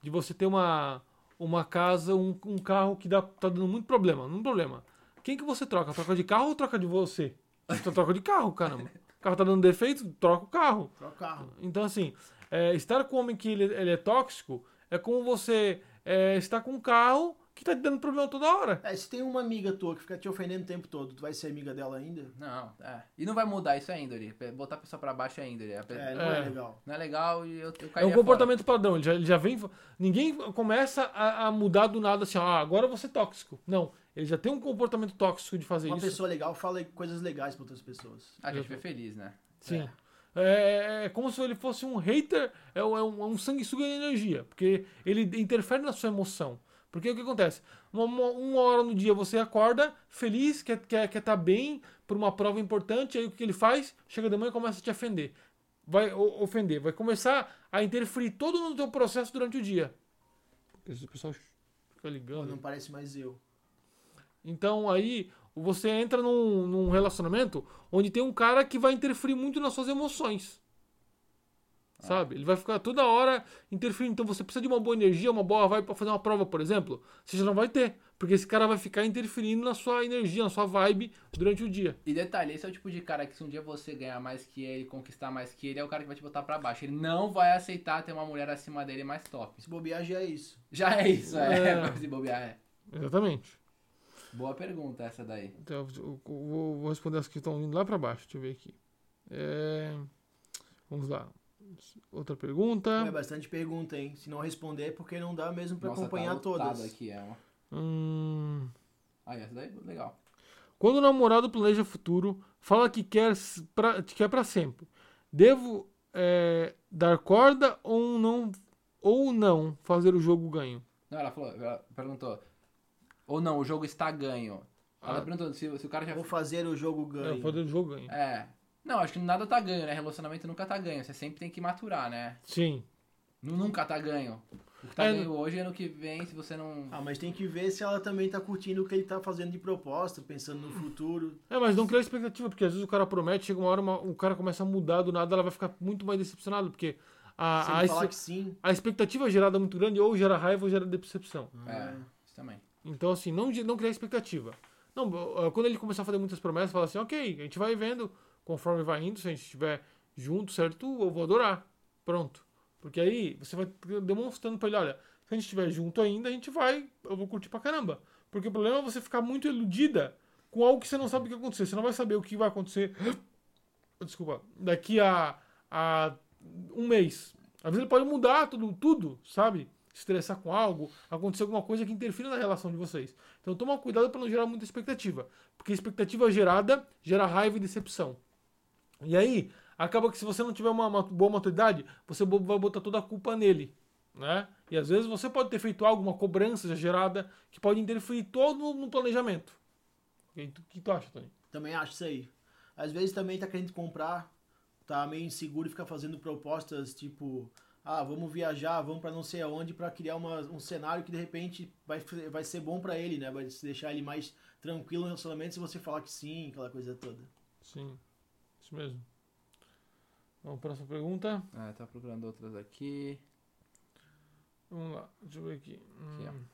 de você ter uma, uma casa, um, um carro que dá, tá dando muito problema, muito problema. Quem que você troca? Troca de carro ou troca de você? Você troca de carro, caramba. O carro tá dando defeito, troca o carro. Troca o carro. Então, assim, é, estar com um homem que ele, ele é tóxico é como você é, estar com um carro que tá te dando problema toda hora. É, se tem uma amiga tua que fica te ofendendo o tempo todo, tu vai ser amiga dela ainda? Não, é. E não vai mudar isso ainda, Yuri. Botar a pessoa pra baixo ainda, Yuri. A pe- É, não é, É. legal. Não é legal e eu, eu É cairia um fora. comportamento padrão, ele já, ele já vem. Ninguém começa a, a mudar do nada assim, ah, agora você é tóxico. Não, ele já tem um comportamento tóxico de fazer Uma isso. pessoa legal fala coisas legais pra outras pessoas. A gente foi feliz, né? Sim. É, é como se ele fosse um hater, é um, é um, é um sanguessuga de energia, porque ele interfere na sua emoção. Porque o que acontece? Uma, uma- uma hora no dia você acorda feliz, quer estar quer, quer tá bem por uma prova importante, aí o que ele faz? Chega de manhã e começa a te ofender. Vai o- ofender, vai começar a interferir todo no teu processo durante o dia. Esse pessoal fica Pô, ligando. não parece mais eu. Então aí você entra num, num relacionamento onde tem um cara que vai interferir muito nas suas emoções. Sabe? Ele vai ficar toda hora interferindo. Então você precisa de uma boa energia, uma boa vibe pra fazer uma prova, por exemplo. Você já não vai ter. Porque esse cara vai ficar interferindo na sua energia, na sua vibe durante o dia. E detalhe, esse é o tipo de cara que se um dia você ganhar mais que ele, conquistar mais que ele, é o cara que vai te botar pra baixo. Ele não vai aceitar ter uma mulher acima dele mais top. Se bobear já é isso. Já é isso, é. É. Mas se bobear, é. Exatamente. Boa pergunta essa daí. Então, eu eu vou, vou responder as que estão indo lá pra baixo. Deixa eu ver aqui. É, Vamos lá. Outra pergunta. É bastante pergunta, hein? Se não responder é porque não dá mesmo pra Nossa, acompanhar tá lotado todas. aqui, é uma... Hum... Ah, essa daí legal. Quando o namorado planeja futuro, fala que quer s- pra, que quer pra sempre. Devo é, dar corda ou não, ou não fazer o jogo ganho? Não, ela falou, ela perguntou. Ou não, o jogo está ganho. Ela Ah. perguntou se, se o cara já. Vou fazer o jogo ganho. É, fazer o jogo ganho. É. Não, acho que nada tá ganho, né? Relacionamento nunca tá ganho. Você sempre tem que maturar, né? Sim. Nu- Nunca tá ganho. O que tá É, ganho hoje é no que vem, se você não. Ah, mas tem que ver se ela também tá curtindo o que ele tá fazendo de proposta, pensando no futuro. É, mas não criar expectativa, porque às vezes o cara promete, chega uma hora uma- o cara começa a mudar do nada, ela vai ficar muito mais decepcionada, porque se a, a, ele falar ex- que sim, a expectativa gerada é muito grande, ou gera raiva ou gera decepção. É, isso também. Então, assim, não, de- não criar expectativa. Não, eh, quando ele começar a fazer muitas promessas, fala assim, ok, a gente vai vendo conforme vai indo, se a gente estiver junto, certo, eu vou adorar. Pronto. Porque aí você vai demonstrando pra ele, olha, se a gente estiver junto ainda, a gente vai, eu vou curtir pra caramba. Porque o problema é você ficar muito iludida com algo que você não sabe o que vai acontecer. Você não vai saber o que vai acontecer, desculpa, daqui a, a um mês. Às vezes pode mudar tudo, tudo, sabe? Estressar com algo, acontecer alguma coisa que interfira na relação de vocês. Então toma cuidado para não gerar muita expectativa. Porque expectativa gerada gera raiva e decepção. E aí, acaba que se você não tiver uma, uma boa maturidade, você bo- vai botar toda a culpa nele. Né? E às vezes você pode ter feito algo, uma cobrança exagerada, que pode interferir todo no, no planejamento. Ok? Tu- O que tu acha, Tony? Também acho isso aí. Às vezes também tá querendo comprar, tá meio inseguro e fica fazendo propostas tipo, ah, vamos viajar, vamos pra não sei aonde pra criar uma- um cenário que de repente vai, fe- vai ser bom pra ele, né? Vai se deixar ele mais tranquilo no relacionamento se você falar que sim, aquela coisa toda. Sim, isso mesmo. Vamos para próxima pergunta. Ah, tá procurando outras aqui. Vamos lá, deixa eu ver aqui. Aqui, ó. Hum.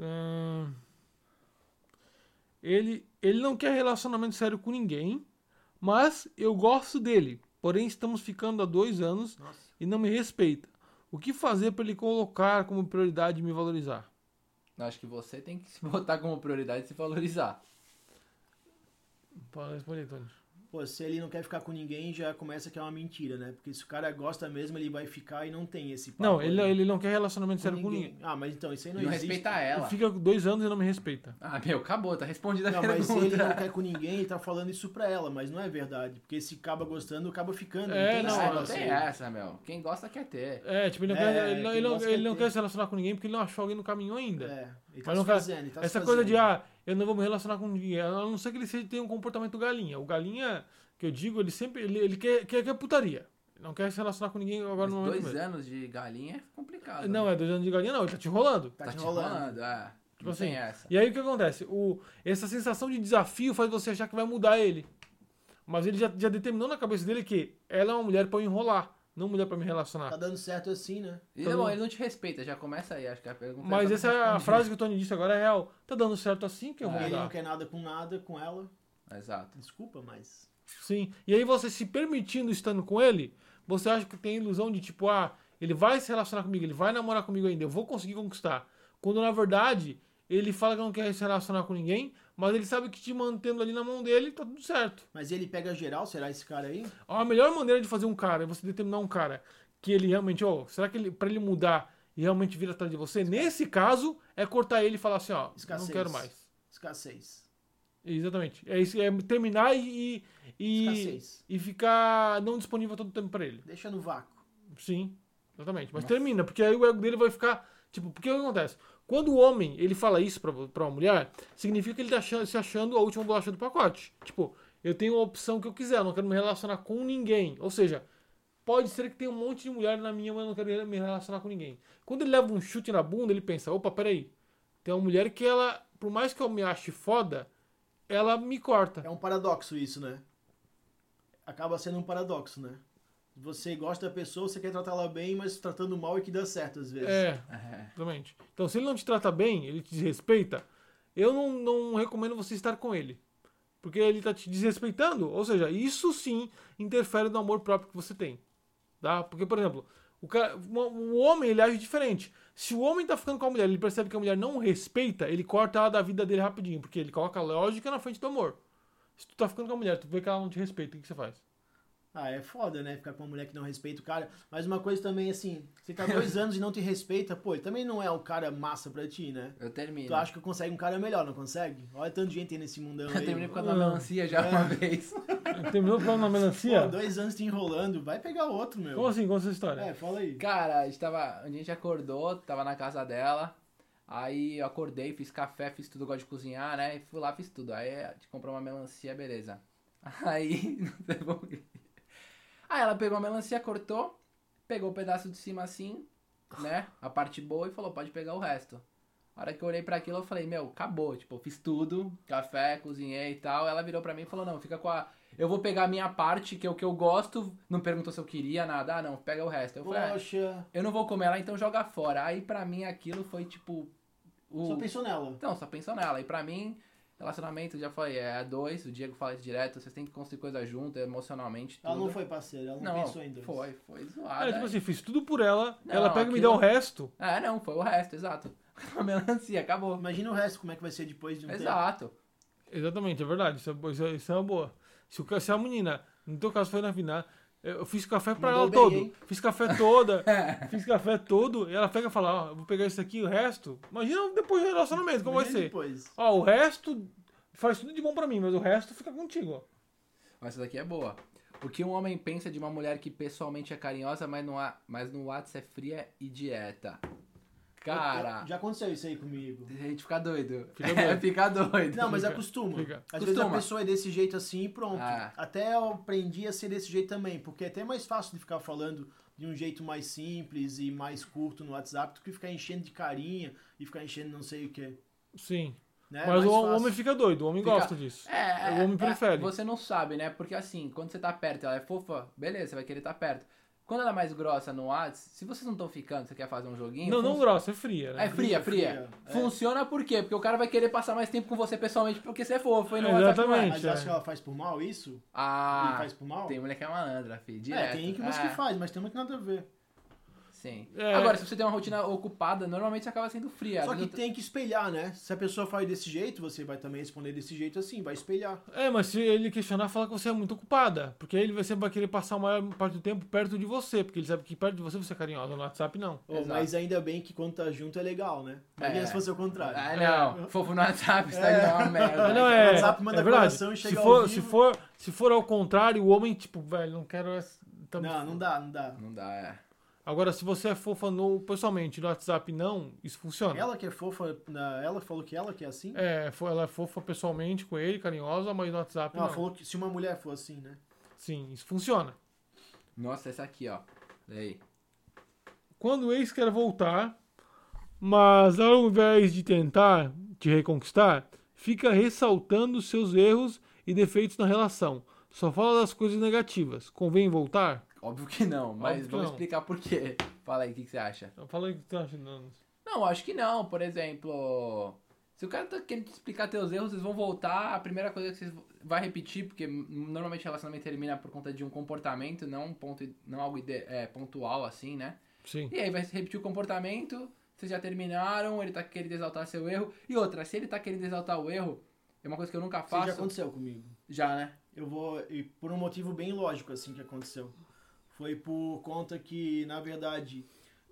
Ah, ele, ele não quer relacionamento sério com ninguém, mas eu gosto dele. Porém, estamos ficando há dois anos Nossa. e não me respeita. O que fazer para ele colocar como prioridade e me valorizar? Acho que você tem que se botar como prioridade e se valorizar. Pode responder, Tony. Pô, se ele não quer ficar com ninguém, já começa que é uma mentira, né? Porque se o cara gosta mesmo, ele vai ficar e não tem esse papo. Não, ele, né? ele não quer relacionamento sério com ninguém. Ah, mas então, isso aí Não, não, existe. respeitar ela. Ele fica dois anos e não me respeita. Ah, meu, acabou, tá respondida a Não, mas pergunta. se ele não quer com ninguém, ele tá falando isso pra ela, mas não é verdade. Porque se acaba gostando, acaba ficando. É, tem assim. Não, esse não, negócio tem aí. essa, meu. Quem gosta quer ter. É, tipo, ele não, É, quer, ele não- quem ele não- gosta ele não quer quer ter. se relacionar com ninguém porque ele não achou alguém no caminho ainda. É, ele tá Mas não se quer- fazendo, ele tá se Essa coisa de, fazendo. ah, eu não vou me relacionar com ninguém, a não ser que ele seja- tenha um comportamento galinha. O galinha, que eu digo, ele sempre, ele, ele quer, quer, quer putaria. Ele não quer se relacionar com ninguém agora Mas no momento dois mesmo. anos de galinha é complicado. Não, né? é dois anos de galinha, não, ele tá te enrolando. Tá, Tá te te enrolando. enrolando, é. Não assim, tem essa. E aí o que acontece? O, essa sensação de desafio faz você achar que vai mudar ele. Mas ele já, já determinou na cabeça dele que ela é uma mulher pra eu enrolar, não mulher pra me relacionar. Tá dando certo assim, né? E, todo não, mundo- ele não te respeita, já começa aí, acho que a pergunta Mas só essa é a respondida. frase que o Tony disse agora é real. Tá dando certo assim que eu vou É. Ele não mudar. quer nada com nada, com ela. Exato. Desculpa, mas. Sim. E aí você se permitindo estando com ele, você acha que tem a ilusão de tipo, ah, ele vai se relacionar comigo, ele vai namorar comigo ainda, eu vou conseguir conquistar. Quando na verdade ele fala que não quer se relacionar com ninguém, mas ele sabe que te mantendo ali na mão dele, tá tudo certo. Mas ele pega geral, será esse cara aí? A melhor maneira de fazer um cara é você determinar um cara que ele realmente, ó, será que ele, pra ele mudar e realmente vir atrás de você, nesse caso, é cortar ele e falar assim, ó, Escassez. não quero mais. Escassez. Exatamente. É isso, é terminar e. e Escassez. e ficar não disponível todo o tempo pra ele. Deixa no vácuo. Sim, exatamente. Mas Nossa. termina, porque aí o ego dele vai ficar. Tipo, porque o que acontece? Quando o homem ele fala isso pra, pra uma mulher, significa que ele tá achando- se achando a última bolacha do pacote. Tipo, eu tenho a opção que eu quiser, eu não quero me relacionar com ninguém. Ou seja, pode ser que tenha um monte de mulher na minha, mas eu não quero me relacionar com ninguém. Quando ele leva um chute na bunda, ele pensa: opa, peraí. Tem uma mulher que ela, por mais que eu me ache foda, ela me corta. É um paradoxo isso, né? Acaba sendo um paradoxo, né? Você gosta da pessoa, você quer tratar ela bem, mas tratando mal é que dá certo às vezes. É, É. Exatamente. Então, se ele não te trata bem, ele te desrespeita, eu não, não recomendo você estar com ele. Porque ele tá te desrespeitando. Ou seja, isso sim interfere no amor próprio que você tem. Tá? Porque, por exemplo, o, cara, uma- o homem ele age diferente. Se o homem tá ficando com a mulher, ele percebe que a mulher não o respeita, ele corta ela da vida dele rapidinho. Porque ele coloca a lógica na frente do amor. Se tu tá ficando com a mulher, tu vê que ela não te respeita, o que você faz? Ah, é foda, né? Ficar com uma mulher que não respeita o cara. Mas uma coisa também, assim, você tá dois anos e não te respeita, pô, ele também não é o cara massa pra ti, né? Eu termino. Tu acha que consegue um cara melhor, não consegue? Olha tanto de gente aí nesse mundão Eu aí. terminei por causa da melancia já é uma É. vez. Terminou falando na Pô, melancia? dois anos te enrolando, vai pegar outro, meu. Como assim? Como essa história? É, fala aí. né? Cara, a gente tava. A gente acordou, tava na casa dela. Aí eu acordei, fiz café, fiz tudo, eu gosto de cozinhar, né? E fui lá, fiz tudo. Aí a gente comprou uma melancia, beleza. Aí. não sei por quê. Aí ela pegou a melancia, cortou, pegou o pedaço de cima assim, né? A parte boa e falou, pode pegar o resto. A hora que eu olhei pra aquilo, eu falei, meu, acabou. Tipo, eu fiz tudo, café, cozinhei e tal. Ela virou pra mim e falou, não, fica com a. Eu vou pegar a minha parte, que é o que eu gosto. Não perguntou se eu queria nada. Ah, não, pega o resto. Eu falei, ah, Poxa, eu não vou comer ela, então joga fora. Aí pra mim aquilo foi tipo. O... só pensou nela. Então, só pensou nela. E pra mim, relacionamento já foi, é dois, o Diego fala isso direto, vocês têm que construir coisa junto, emocionalmente. Tudo. Ela não foi parceira, ela não, Não, pensou em dois. Foi, foi Ah, zoada. é, tipo assim, fiz tudo por ela, Não, ela pega e me dá o aquilo- resto. É, não, foi o resto, exato. A melancia, acabou. Imagina o resto, como é que vai ser depois de um tempo. Exato. Exatamente, é verdade. Isso é, bo- isso é- isso é uma boa. Se, o ca- se a menina, no teu caso foi na final, Eu fiz café pra Mandou ela bem, todo. hein? Fiz café toda. fiz café todo. E ela pega e fala, ó, vou pegar isso aqui, o resto. Imagina depois do relacionamento, como vai Imagina ser. Depois. Ó, o resto faz tudo de bom pra mim, mas o resto fica contigo, ó. Mas essa daqui é boa. O que um homem pensa de uma mulher que pessoalmente é carinhosa, mas no, a- mas no WhatsApp é fria e dieta? Cara, Já aconteceu isso aí comigo. a gente fica doido. Fica é, doido. fica doido. Não, mas acostuma. Fica. Às vezes a Costuma. pessoa é desse jeito assim e pronto. Ah. Até eu aprendi a ser desse jeito também, porque é até mais fácil de ficar falando de um jeito mais simples e mais curto no WhatsApp do que ficar enchendo de carinha e ficar enchendo não sei o que. Sim. Né? mas Mais o fácil. homem fica doido, o homem Fica- gosta disso. É, O homem prefere. Você não sabe, né? Porque assim, quando você tá perto, ela é fofa, beleza, você vai querer estar perto. Quando ela é mais grossa no WhatsApp, se vocês não estão ficando, você quer fazer um joguinho? Não, não fun- grossa, é fria, É né? fria, fria. Fria, é. Funciona por quê? Porque o cara vai querer passar mais tempo com você pessoalmente porque você é fofo e no É, WhatsApp não é. exatamente. Mas acho que ela faz por mal isso? Ah, Ele faz por mal? Tem mulher que é malandra, filho. É, Direto. tem que umas É, que faz, mas tem uma que nada a ver. Sim. É. Agora, se você tem uma rotina ocupada, normalmente você acaba sendo fria. Só Às que vezes eu- tem que espelhar, né? Se a pessoa faz desse jeito, você vai também responder desse jeito assim, vai espelhar. É, mas se ele questionar, falar que você é muito ocupada. Porque aí ele vai sempre vai querer passar a maior parte do tempo perto de você. Porque ele sabe que perto de você você é carinhosa. No WhatsApp, não. Oh, Exato. mas ainda bem que quando tá junto é legal, né? Imagina É. se fosse o contrário. Ah, não. Fofo no WhatsApp, isso daí é uma merda. Ah, não, é, WhatsApp manda é verdade. coração e chega se ao for, vivo. se for, se for ao contrário, o homem tipo, velho, não quero essa tá- Não, não dá, não dá. Não dá, é. Agora se você é fofa no pessoalmente, no WhatsApp não, isso funciona. Ela que é fofa, na- ela falou que ela que é assim? É, fo- ela é fofa pessoalmente com ele, carinhosa, mas no WhatsApp Não, não. ela falou que se uma mulher for assim, né? Sim, isso funciona. Nossa, essa aqui, ó. Daí. Quando o ex quer voltar, mas ao invés de tentar te reconquistar, fica ressaltando seus erros e defeitos na relação. Só fala das coisas negativas. Convém voltar? Óbvio que não, mas Óbvio que vamos não. explicar por quê. Fala aí, o que, que você acha? Fala aí o que tu acha, Nando. Não, acho que não. Por exemplo, se o cara tá querendo te explicar teus erros, vocês vão voltar. A primeira coisa que vocês vai repetir, porque m- normalmente relacionamento termina por conta de um comportamento, não um ponto, i- não algo ide- é, pontual assim, né? Sim. E aí vai se repetir o comportamento, vocês já terminaram, ele tá querendo exaltar seu erro. E outra, se ele tá querendo exaltar o erro, é uma coisa que eu nunca Isso já faço. aconteceu comigo. Já, né? Eu vou, e por um motivo bem lógico, assim, que aconteceu. Foi por conta que, na verdade,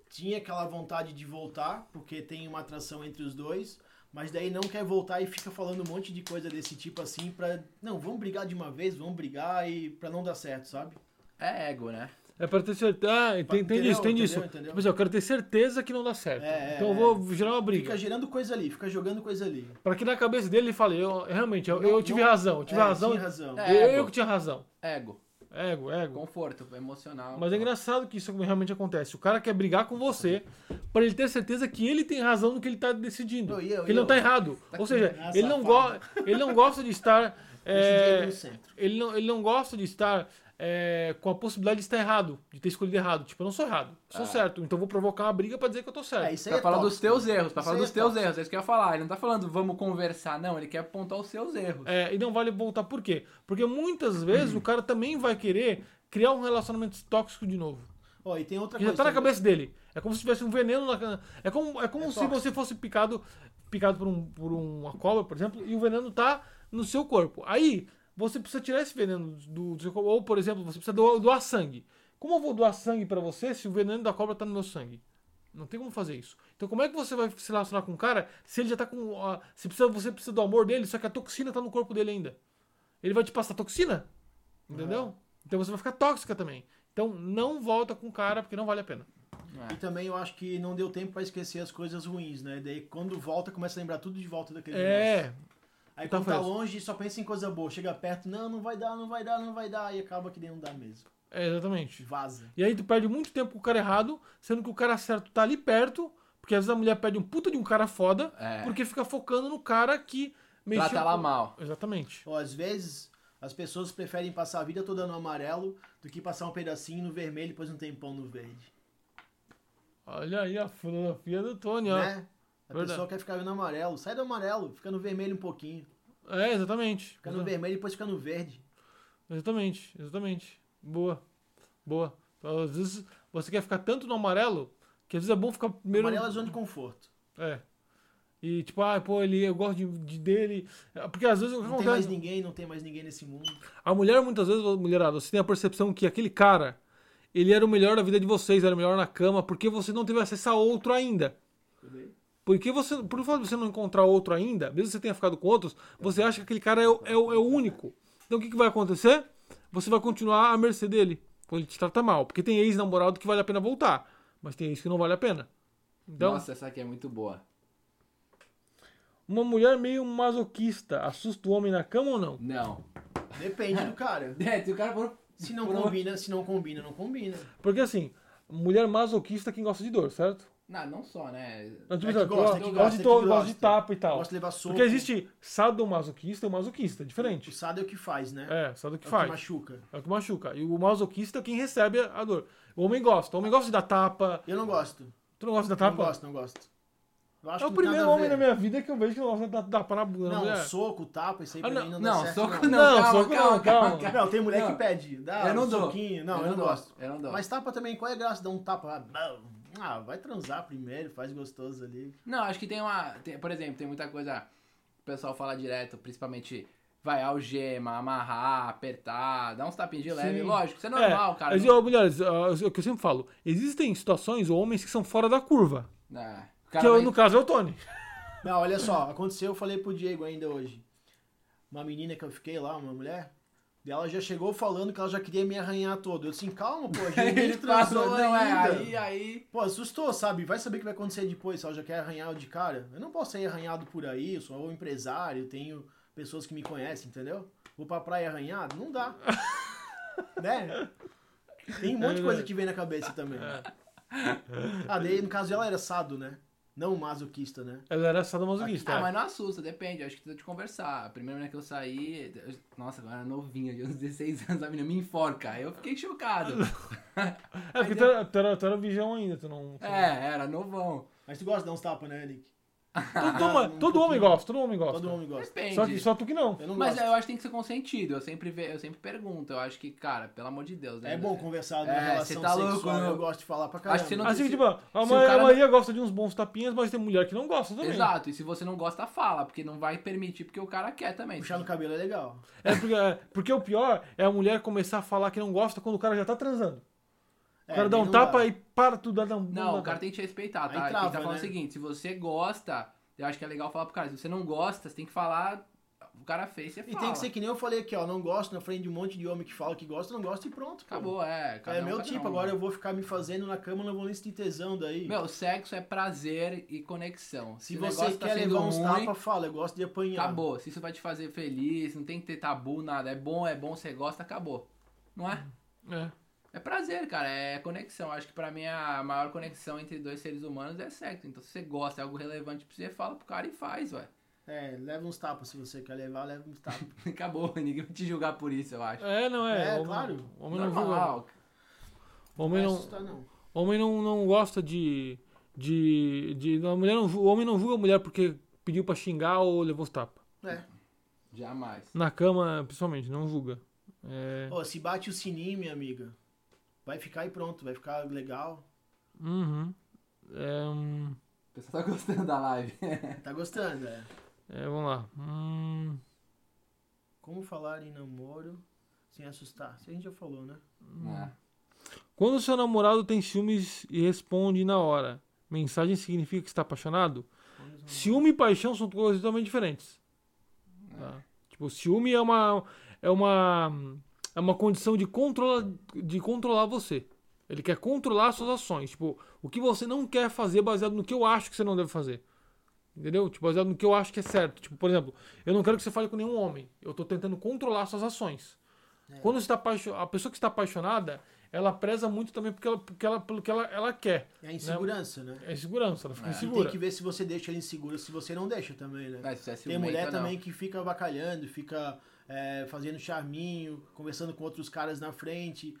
tinha aquela vontade de voltar, porque tem uma atração entre os dois, mas daí não quer voltar e fica falando um monte de coisa desse tipo assim pra... Não, vamos brigar de uma vez, vamos brigar e pra não dar certo, sabe? É ego, né? É pra ter certeza. Ah, tem, tem Entendeu? disso, tem Entendeu? disso. Entendeu? Tipo assim, eu quero ter certeza que não dá certo. É, então eu é, vou gerar uma Fica briga. gerando coisa ali, fica jogando coisa ali. Pra que na cabeça dele ele fale, eu, realmente, eu, Não, eu tive não- razão, eu tive É, razão. tinha razão. É. Eu, Ego. eu que tinha razão. Ego. Ego, ego. Conforto emocional. Mas é engraçado que isso realmente acontece. O cara quer brigar com você pra ele ter certeza que ele tem razão no que ele tá decidindo. Eu, e eu, que ele e não eu? tá errado. Ou seja, Ah, ele não, safado. go ele não gosta de estar. Esse é, Diego no centro. ele, não, ele não gosta de estar é, com a possibilidade de estar errado, de ter escolhido errado. Tipo, eu não sou errado, sou Ah. certo. Então eu vou provocar uma briga pra dizer que eu tô certo. É, isso aí Pra é falar tóxico. dos teus erros, pra Isso falar aí dos é teus tóxico. erros, é isso que eu ia falar. Ele não tá falando vamos conversar, não, ele quer apontar os seus erros. É, e não vale voltar por quê? Porque muitas vezes o cara também vai querer criar um relacionamento tóxico de novo. Ó, e tem outra Que já coisa. tá na também. cabeça dele. É como se tivesse um veneno na É como, é como É se tóxico. você fosse picado picado por, um, por uma cobra, por exemplo, e o veneno tá no seu corpo. Aí, você precisa tirar esse veneno do, do seu corpo. Ou, por exemplo, você precisa doar, doar sangue. Como eu vou doar sangue pra você se o veneno da cobra tá no meu sangue? Não tem como fazer isso. Então como é que você vai se relacionar com um cara se ele já tá com. a- se precisa, você precisa do amor dele, só que a toxina tá no corpo dele ainda. Ele vai te passar toxina? Entendeu? É. Então você vai ficar tóxica também. Então não volta com o cara, porque não vale a pena. E também eu acho que não deu tempo pra esquecer as coisas ruins, né? Daí quando volta, começa a lembrar tudo de volta daquele negócio. É. Aí então quando tá foi isso. longe, só pensa em coisa boa. Chega perto, não, não vai dar, não vai dar, não vai dar. E acaba que nem não dá mesmo. É, exatamente. Vaza. E aí tu perde muito tempo com o cara errado, sendo que o cara certo tá ali perto, porque às vezes a mulher perde um puta de um cara foda, É. porque fica focando no cara que mexeu... Trata ela com- mal. Exatamente. Ó, às vezes, as pessoas preferem passar a vida toda no amarelo do que passar um pedacinho no vermelho e depois um tempão no verde. Olha aí a filosofia do Tony, ó. Né? A Verdade. pessoa quer ficar no amarelo. Sai do amarelo, fica no vermelho um pouquinho. É, exatamente. Fica no Exa- vermelho e depois fica no verde. Exatamente, exatamente. Boa. Boa. Então, Às vezes você quer ficar tanto no amarelo, que às vezes é bom ficar primeiro... Amarelo é zona de conforto. É. E tipo, ah, pô, ele, eu gosto de, de- dele. É, Porque às vezes o que Não tem mais acontece. ninguém, não tem mais ninguém nesse mundo. A mulher, muitas vezes, mulherada, você tem a percepção que aquele cara, ele era o melhor da vida de vocês, era o melhor na cama, porque você não teve acesso a outro ainda. Porque você, por um fato de você não encontrar outro ainda, mesmo que você tenha ficado com outros, você Uhum. acha que aquele cara é, o- é o é o único. Então o que, que vai acontecer? Você vai continuar à mercê dele. Quando ele te trata mal. Porque tem ex-namorado que vale a pena voltar. Mas tem ex que não vale a pena. Então, Nossa, essa aqui é muito boa. uma mulher meio masoquista assusta o homem na cama ou não? Não. Depende do cara. É, se o cara for. Se não Por- combina, se não combina, não combina. Porque assim, mulher masoquista é quem gosta de dor, certo? Não, não só, né? Não, tipo, É que assim, gosta, eu que gosto gosta, de que dor, gosta. gosto de tapa e tal. Gosta de levar soco. Porque existe sadomasoquista e o masoquista, é O diferente. sado é o que faz, né? É, sabe o que É o faz. que machuca. É o que machuca. E o masoquista é quem recebe a dor. O homem gosta. O homem gosta de dar tapa. Eu não gosto. Tu não gosta de dar Não tapa? gosto, não gosto. Eu acho é o que não tem primeiro nada a homem ver. na minha vida que eu vejo que não gosta de dar tapa na bunda. né? Não, mulher. soco, tapa, isso aí pra Ah, não. mim não dá Não, certo. soco não. não. Não, calma, soco calma, não, calma. calma, calma. Não, tem mulher Não. que pede. Dá Eu não um dou. soquinho. Não, eu, não dou, gosto. Eu não dou. Mas tapa também, qual é a graça? Dá um tapa. ah, Ah, vai transar primeiro, faz gostoso ali. Não, acho que tem uma. tem- por exemplo, tem muita coisa. O pessoal fala direto, principalmente. Vai algema, amarrar, apertar, dar uns tapinhos de leve. Sim. Lógico, isso é É, normal, cara. mas, não- ó, mulheres, ó, é o que eu sempre falo. Existem situações ou homens que são fora da curva. É, o Que cara eu, vai- no caso é o Tony. Não, olha só, aconteceu, eu falei pro Diego ainda hoje. Uma menina que eu fiquei lá, uma mulher, e ela já chegou falando que ela já queria me arranhar todo. Eu assim, calma, pô, a gente Ele nem transou passou, não, é, ainda. aí, aí. Pô, assustou, sabe? Vai saber o que vai acontecer depois, se ela já quer arranhar de cara. Eu não posso sair arranhado por aí, eu sou um empresário, tenho pessoas que me conhecem, entendeu? Vou pra praia arranhado? Não dá. né? Tem um monte de coisa que vem na cabeça também. É. Ah, daí no caso dela era sado, né? Não masoquista, né? Ela era sadomasoquista. Ah, é. mas não assusta, depende. Acho que precisa de conversar. A primeira vez que eu saí. eu- Nossa, agora era novinha, de uns 16 anos, a menina me enforca. Eu fiquei chocado. É porque tu era, tu, era, tu era virgão ainda, tu não. tu não- é, era novão. Mas tu gosta de dar uns tapas, né, Nick? Todo, todo- Ah, um todo homem pouquinho. gosta, todo homem gosta. Todo homem gosta. Depende. Só que só tu que não. Eu não Mas gosto. eu acho que tem que ser consentido. Eu sempre, ve... eu sempre pergunto. Eu acho que, cara, pelo amor de Deus, né? É bom conversar na É, relação cê tá sexual, louco, né? eu gosto de falar pra caramba. Acho que cê não- Assim, se- tipo, a, o ma- a cara- maioria gosta de uns bons tapinhas, mas tem mulher que não gosta também. Exato, e se você não gosta, fala, porque não vai permitir, porque o cara quer também. Puxar no cabelo é legal. É porque, é, porque o pior é a mulher começar a falar que não gosta quando o cara já tá transando. O É, cara dá daí um não tapa dá. e para tudo, dá dá um Não, dá- o cara tem que te respeitar, Aí tá? trava, Ele tá falando né? o seguinte, se você gosta, eu acho que é legal falar pro cara. Se você não gosta, você tem que falar, o cara fez, você E fala. tem que ser que nem eu falei aqui, ó. Não gosto na frente de um monte de homem que fala que gosta, não gosta e pronto. pô. Acabou, é. cada É um, meu cada tipo, um. agora eu vou ficar me fazendo na cama, não vou nem sentir tesão daí. Meu, sexo é prazer e conexão. Se o você negócio tá quer sendo levar um uns ruim, tapas, fala, eu gosto de apanhar. acabou. Se isso vai te fazer feliz, não tem que ter tabu, nada. É bom, é bom, você gosta, acabou. Não Uhum. é? É. É prazer, cara, é conexão. Acho que pra mim a maior conexão entre dois seres humanos é sexo. Então se você gosta, é algo relevante pra você, fala pro cara e faz, ué. É, leva uns tapas. Se você quer levar, leva uns tapas. Acabou, ninguém vai te julgar por isso, eu acho. É, não é. É, homem, claro. Homem não, julga. Normal. homem não não, vai assustar, não. homem não, não gosta de. de, de não, a mulher não, ju- o homem não julga a mulher porque pediu pra xingar ou levou os tapas. É. Jamais. Na cama, principalmente, não julga. É. Ó, se bate o sininho, minha amiga, vai ficar e pronto, vai ficar legal. Uhum. É, hum, O pessoal tá gostando da live. Tá gostando, é. é, vamos lá. Hum, Como falar em namoro sem assustar? Isso a gente já falou, né? É. Quando seu namorado tem ciúmes e responde na hora, mensagem significa que está apaixonado? Ciúme e paixão são coisas totalmente diferentes. Tá? Tipo, ciúme é uma é uma é uma condição de controla, de controlar você. Ele quer controlar suas ações, tipo, o que você não quer fazer é baseado no que eu acho que você não deve fazer. Entendeu? Tipo, baseado no que eu acho que é certo. Tipo, por exemplo, eu não quero que você fale com nenhum homem. Eu tô tentando controlar suas ações. Quando você tá apaixo- a pessoa que está apaixonada, ela preza muito também porque ela, porque ela, pelo que ela, ela quer. É a insegurança, né? É segurança, ela fica E insegura. tem que ver se você deixa ela insegura, se você não deixa também, né? Mas se é Tem ciumento, mulher não. também que fica avacalhando, fica é, fazendo charminho, conversando com outros caras na frente.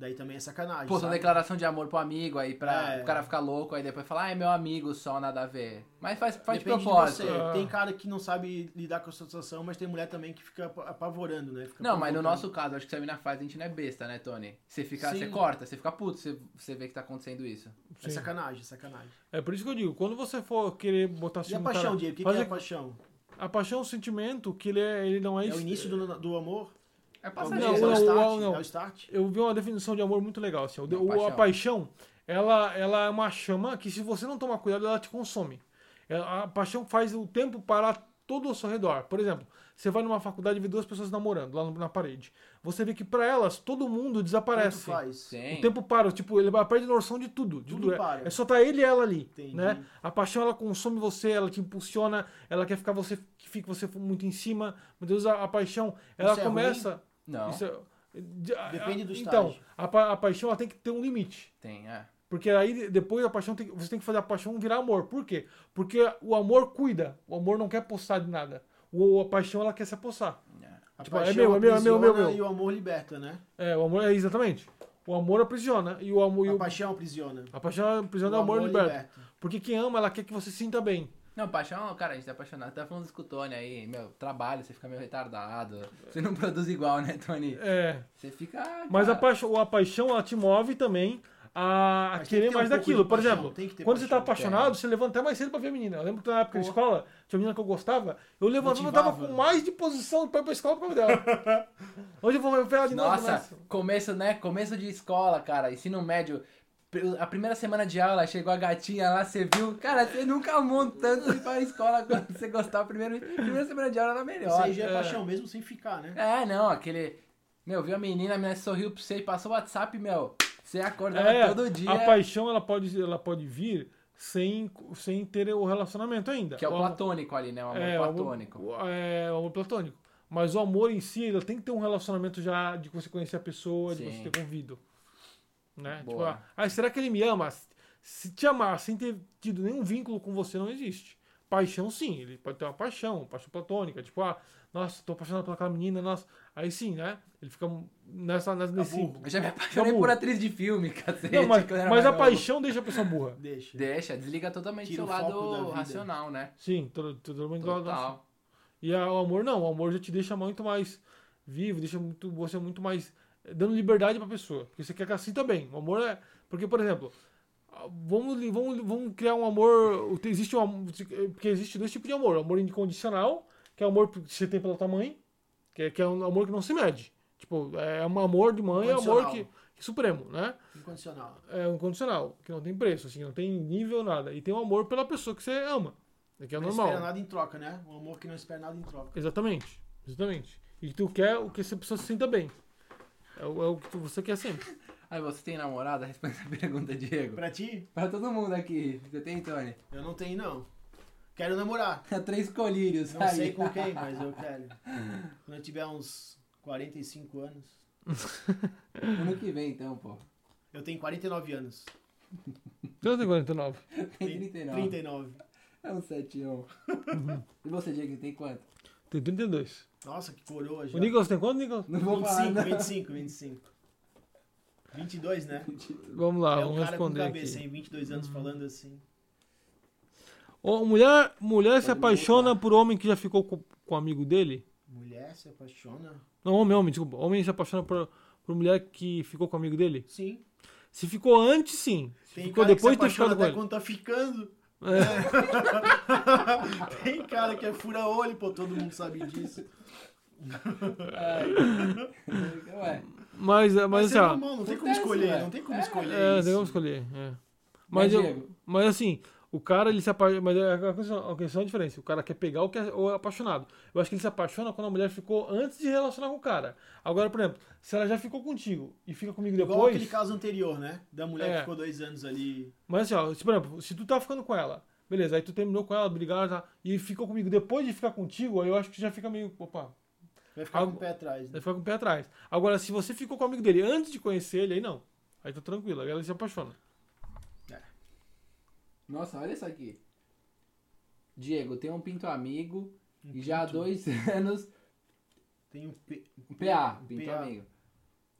Daí também é sacanagem. Pô, uma sabe? declaração de amor pro amigo aí, pra É. o cara ficar louco, aí depois falar, ah, é meu amigo só, nada a ver. Mas faz, faz de Depende de propósito. você. Ah. Tem cara que não sabe lidar com a situação, mas tem mulher também que fica ap- apavorando, né? Fica Não, mas no provocando. nosso caso, acho que se a mina faz, a gente não é besta, né, Tony? Você fica, Sim. você corta, você fica puto, você, você vê que tá acontecendo isso. É Sim. sacanagem, sacanagem. É por isso que eu digo, quando você for querer botar E assim a no paixão, cara, Diego? O que, que faz é a- a paixão? A paixão é um sentimento que ele, é, ele não é... É o ex- início do, do amor? É É Não, o passageiro. início, é o não, start? não. É o start? Eu vi uma definição de amor muito legal. Assim, o, Não, o- paixão. A paixão, ela, ela é uma chama que se você não tomar cuidado, ela te consome. Ela- A paixão faz o tempo parar todo ao seu redor. Por exemplo, você vai numa faculdade e vê duas pessoas namorando lá no- na parede. Você vê que pra elas, todo mundo Tanto desaparece. faz. Sim. O tempo para, tipo, ele perde noção de tudo. De Tudo tudo. É- para. É só tá ele e ela ali, Entendi. né? A paixão, ela consome você, ela te impulsiona, ela quer ficar você, que fique você muito em cima. Meu Deus, a, a paixão, ela Isso é começa... Não, Isso é- de- a- Depende a- do Então, estágio. a, pa- a paixão, ela tem que ter um limite. tem, é. Porque aí, de- depois, a paixão tem, você tem que fazer a paixão virar amor. Por quê? Porque o amor cuida. O amor não quer postar de nada. O, a paixão, ela quer se apossar. é. A Tipo, é paixão meu, é meu, é meu, é meu, é aprisiona meu. E o amor liberta, né? É, o amor é exatamente. O amor aprisiona e o amor... e A o- paixão aprisiona. a paixão aprisiona e o amor, liberta. Porque quem ama, ela quer que você se sinta bem. Não, paixão, cara, a gente tá apaixonado. Tá falando isso com o Tony aí, meu, trabalho, você fica meio retardado. Você não produz igual, né, Tony? É. Você fica. ah, Mas a, cara, paixão, a paixão, ela te move também a, a Mas tem Ah, querer que ter um mais pouco daquilo. de Por paixão, exemplo, tem que ter quando você tá paixão. apaixonado, você levanta até mais cedo pra ver a menina. Eu lembro que na época de Pô. escola, tinha uma menina que eu gostava, eu levantava, eu tava Motivava. com mais de posição pra ir pra escola por causa dela. Hoje eu vou ver ela de novo. Nossa, nessa. começo, né? Começo de escola, cara, ensino médio. A primeira semana de aula, chegou a gatinha lá, você viu. Cara, você nunca amou tanto ir pra escola quando você gostava. Primeiro, primeira semana de aula era Isso melhor. aí já é paixão mesmo sem ficar, né? É, não, aquele. Meu, viu a menina, a menina sorriu pra você e passou o WhatsApp, meu. Você acordava É, todo dia. A paixão, ela pode, ela pode vir sem, sem ter o relacionamento ainda. Que é o amor- platônico ali, né? O amor É, o amor- platônico. o- É, o amor platônico. Mas o amor em si, ele tem que ter um relacionamento já de você conhecer a pessoa, de Sim. você ter convido. Né? Tipo, Boa. ah, ah, será que ele me ama? Se te amar sem ter tido nenhum vínculo com você, não existe. Paixão, sim. Ele pode ter uma paixão, paixão platônica. Tipo, ah, nossa, tô apaixonado por aquela menina, nossa. Aí sim, né? Ele fica nessa... nessa nesse... burro. Eu já me apaixonei Vamos. por atriz de filme, cacete. Não, mas, quando eu era mas a mais novo. paixão deixa a pessoa burra. Deixa. Deixa, desliga totalmente seu Tira o foco da lado vida. racional, né? Sim, todo, todo mundo... Total. E a- o amor não, o amor já te deixa muito mais vivo, deixa muito, você muito mais eh, dando liberdade pra pessoa. Porque você quer que ela sinta bem. O amor é. Porque, por exemplo, ah, vamos, li- vamos, vamos criar um amor. o te- Existe um, am- porque existe dois tipos de amor: o amor incondicional, que é o amor que você tem pela tua mãe, que é, que é um amor que não se mede. Tipo, é um amor de mãe, é um amor que, Incondicional. que supremo, né? Incondicional. É um incondicional, que não tem preço, assim, não tem nível, nada. E tem o amor pela pessoa que você ama, que é Não normal. espera nada em troca, né? Um amor que não espera nada em troca. Exatamente, exatamente. E tu quer o que essa pessoa se sinta bem. É o, é o que tu- você quer sempre. Aí você tem namorada? Responde essa pergunta, Diego. Pra ti, Pra todo mundo aqui. Você tem, Tony? eu não tenho, não. Quero namorar. Três colírios. Não tá aí. sei com quem, mas eu quero. Quando eu tiver uns 45 anos. Ano que vem, então, pô. Eu tenho 49 anos. Tu tem 49. Tem 39. 39. É um 71. Uhum. E você, Diego, tem quanto? Tem 32. Nossa, que coroa já. O Nicolas tem quanto, Nicolas? Não vou falar, 25, não. 25, 25. 22, né? Vamos lá, é um Ah, vamos cara com responder cabeça, aqui. hein? 22 Hum. anos falando assim. Ô, mulher mulher se Pode apaixona por homem que já ficou com, com amigo dele? Mulher se apaixona? Não, homem, homem, desculpa. Homem se apaixona por, por mulher que ficou com amigo dele? Sim. Se ficou antes, sim. Se Tem ficou cara depois que de ter se ficado apaixona com até ele. quando tá ficando. É. Tem cara que é fura-olho, pô, todo mundo sabe disso. Ai. Ué. Mas, é- mas, Mas assim, é ó, normal, não tem como acontece, escolher, velho. não tem como É. escolher É, isso. tem como escolher. é. Mas, eu, Diego? mas assim, o cara ele se apaixona. Mas é uma questão, a questão é diferente. O cara quer pegar ou, quer, ou é apaixonado. Eu acho que ele se apaixona quando a mulher ficou antes de relacionar com o cara. Agora, por exemplo, se ela já ficou contigo e fica comigo Igual depois. aquele caso anterior, né? Da mulher É. que ficou dois anos ali. Mas assim, ó, se, por exemplo, se tu tá ficando com ela, beleza, aí tu terminou com ela, brigaram tá, e ficou comigo depois de ficar contigo, aí eu acho que já fica meio. Opa, Vai ficar Algo- com o pé atrás, vai né? ficar com o pé atrás. Agora, se você ficou com o amigo dele antes de conhecer ele, aí não. Aí tá tranquilo, aí ela se apaixona. Nossa, olha isso aqui. Diego, tem um pinto amigo Um e já há dois anos. Tem um pe... PA, Um pinto PA. amigo.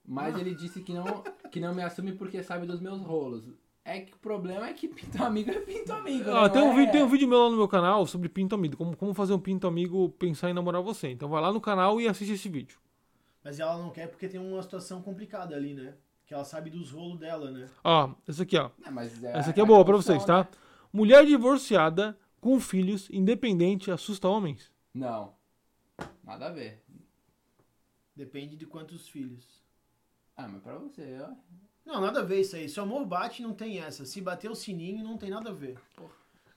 Mas ele disse que não, que não me assume porque sabe dos meus rolos. É que o problema é que pinto amigo é pinto amigo. Ah, né? tem, Não um vídeo, é- tem um vídeo meu lá no meu canal sobre pinto amigo, como, como fazer um pinto amigo pensar em namorar você. Então vai lá no canal e assiste esse vídeo. Mas ela não quer porque tem uma situação complicada ali, né? Que ela sabe dos rolos dela, né? Ó, essa aqui, ó. Não, mas é- Essa aqui é boa pra opção, vocês, tá? né? Mulher divorciada, com filhos, independente, assusta homens. Não. Nada a ver. Depende de quantos filhos. Ah, mas pra você, ó. Não, nada a ver isso aí. Se o amor bate, não tem essa. Se bater o sininho, não tem nada a ver.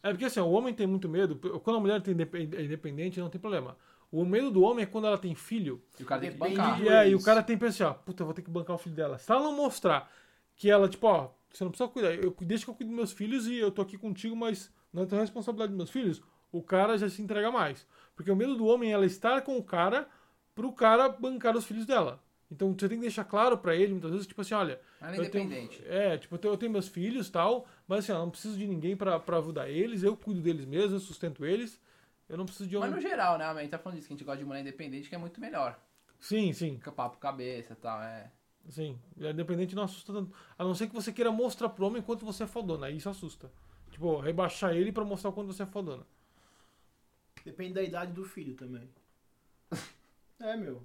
É porque assim, ó, o homem tem muito medo. Quando a mulher tem independ- é independente, não tem problema. O medo do homem é quando ela tem filho. E o cara tem que Depende bancar. de- E, é, e o Pois. cara tem que pensar, ó, puta, eu vou ter que bancar o filho dela. Se ela não mostrar que ela, tipo, ó, você não precisa cuidar, eu, deixa que eu cuido dos meus filhos e eu tô aqui contigo, mas não é tua responsabilidade dos meus filhos, o cara já se entrega mais. Porque o medo do homem é ela estar com o cara pro cara bancar os filhos dela. Então você tem que deixar claro pra ele, muitas vezes, tipo assim, olha, Ela é eu tenho- independente. é, tipo, eu tenho, eu tenho meus filhos e tal, mas assim, eu não preciso de ninguém pra, pra ajudar eles, eu cuido deles mesmo, eu sustento eles, eu não preciso de Mas homem. no geral, né? A gente tá falando disso, que a gente gosta de mulher independente, que é muito melhor. Sim, sim, Fica papo cabeça e tal, é. sim. E a Independente não assusta tanto. A não ser que você queira mostrar pro homem quanto você é fodona, aí isso assusta. Tipo, rebaixar ele pra mostrar o quanto você é fodona. Depende da idade do filho também. É, meu.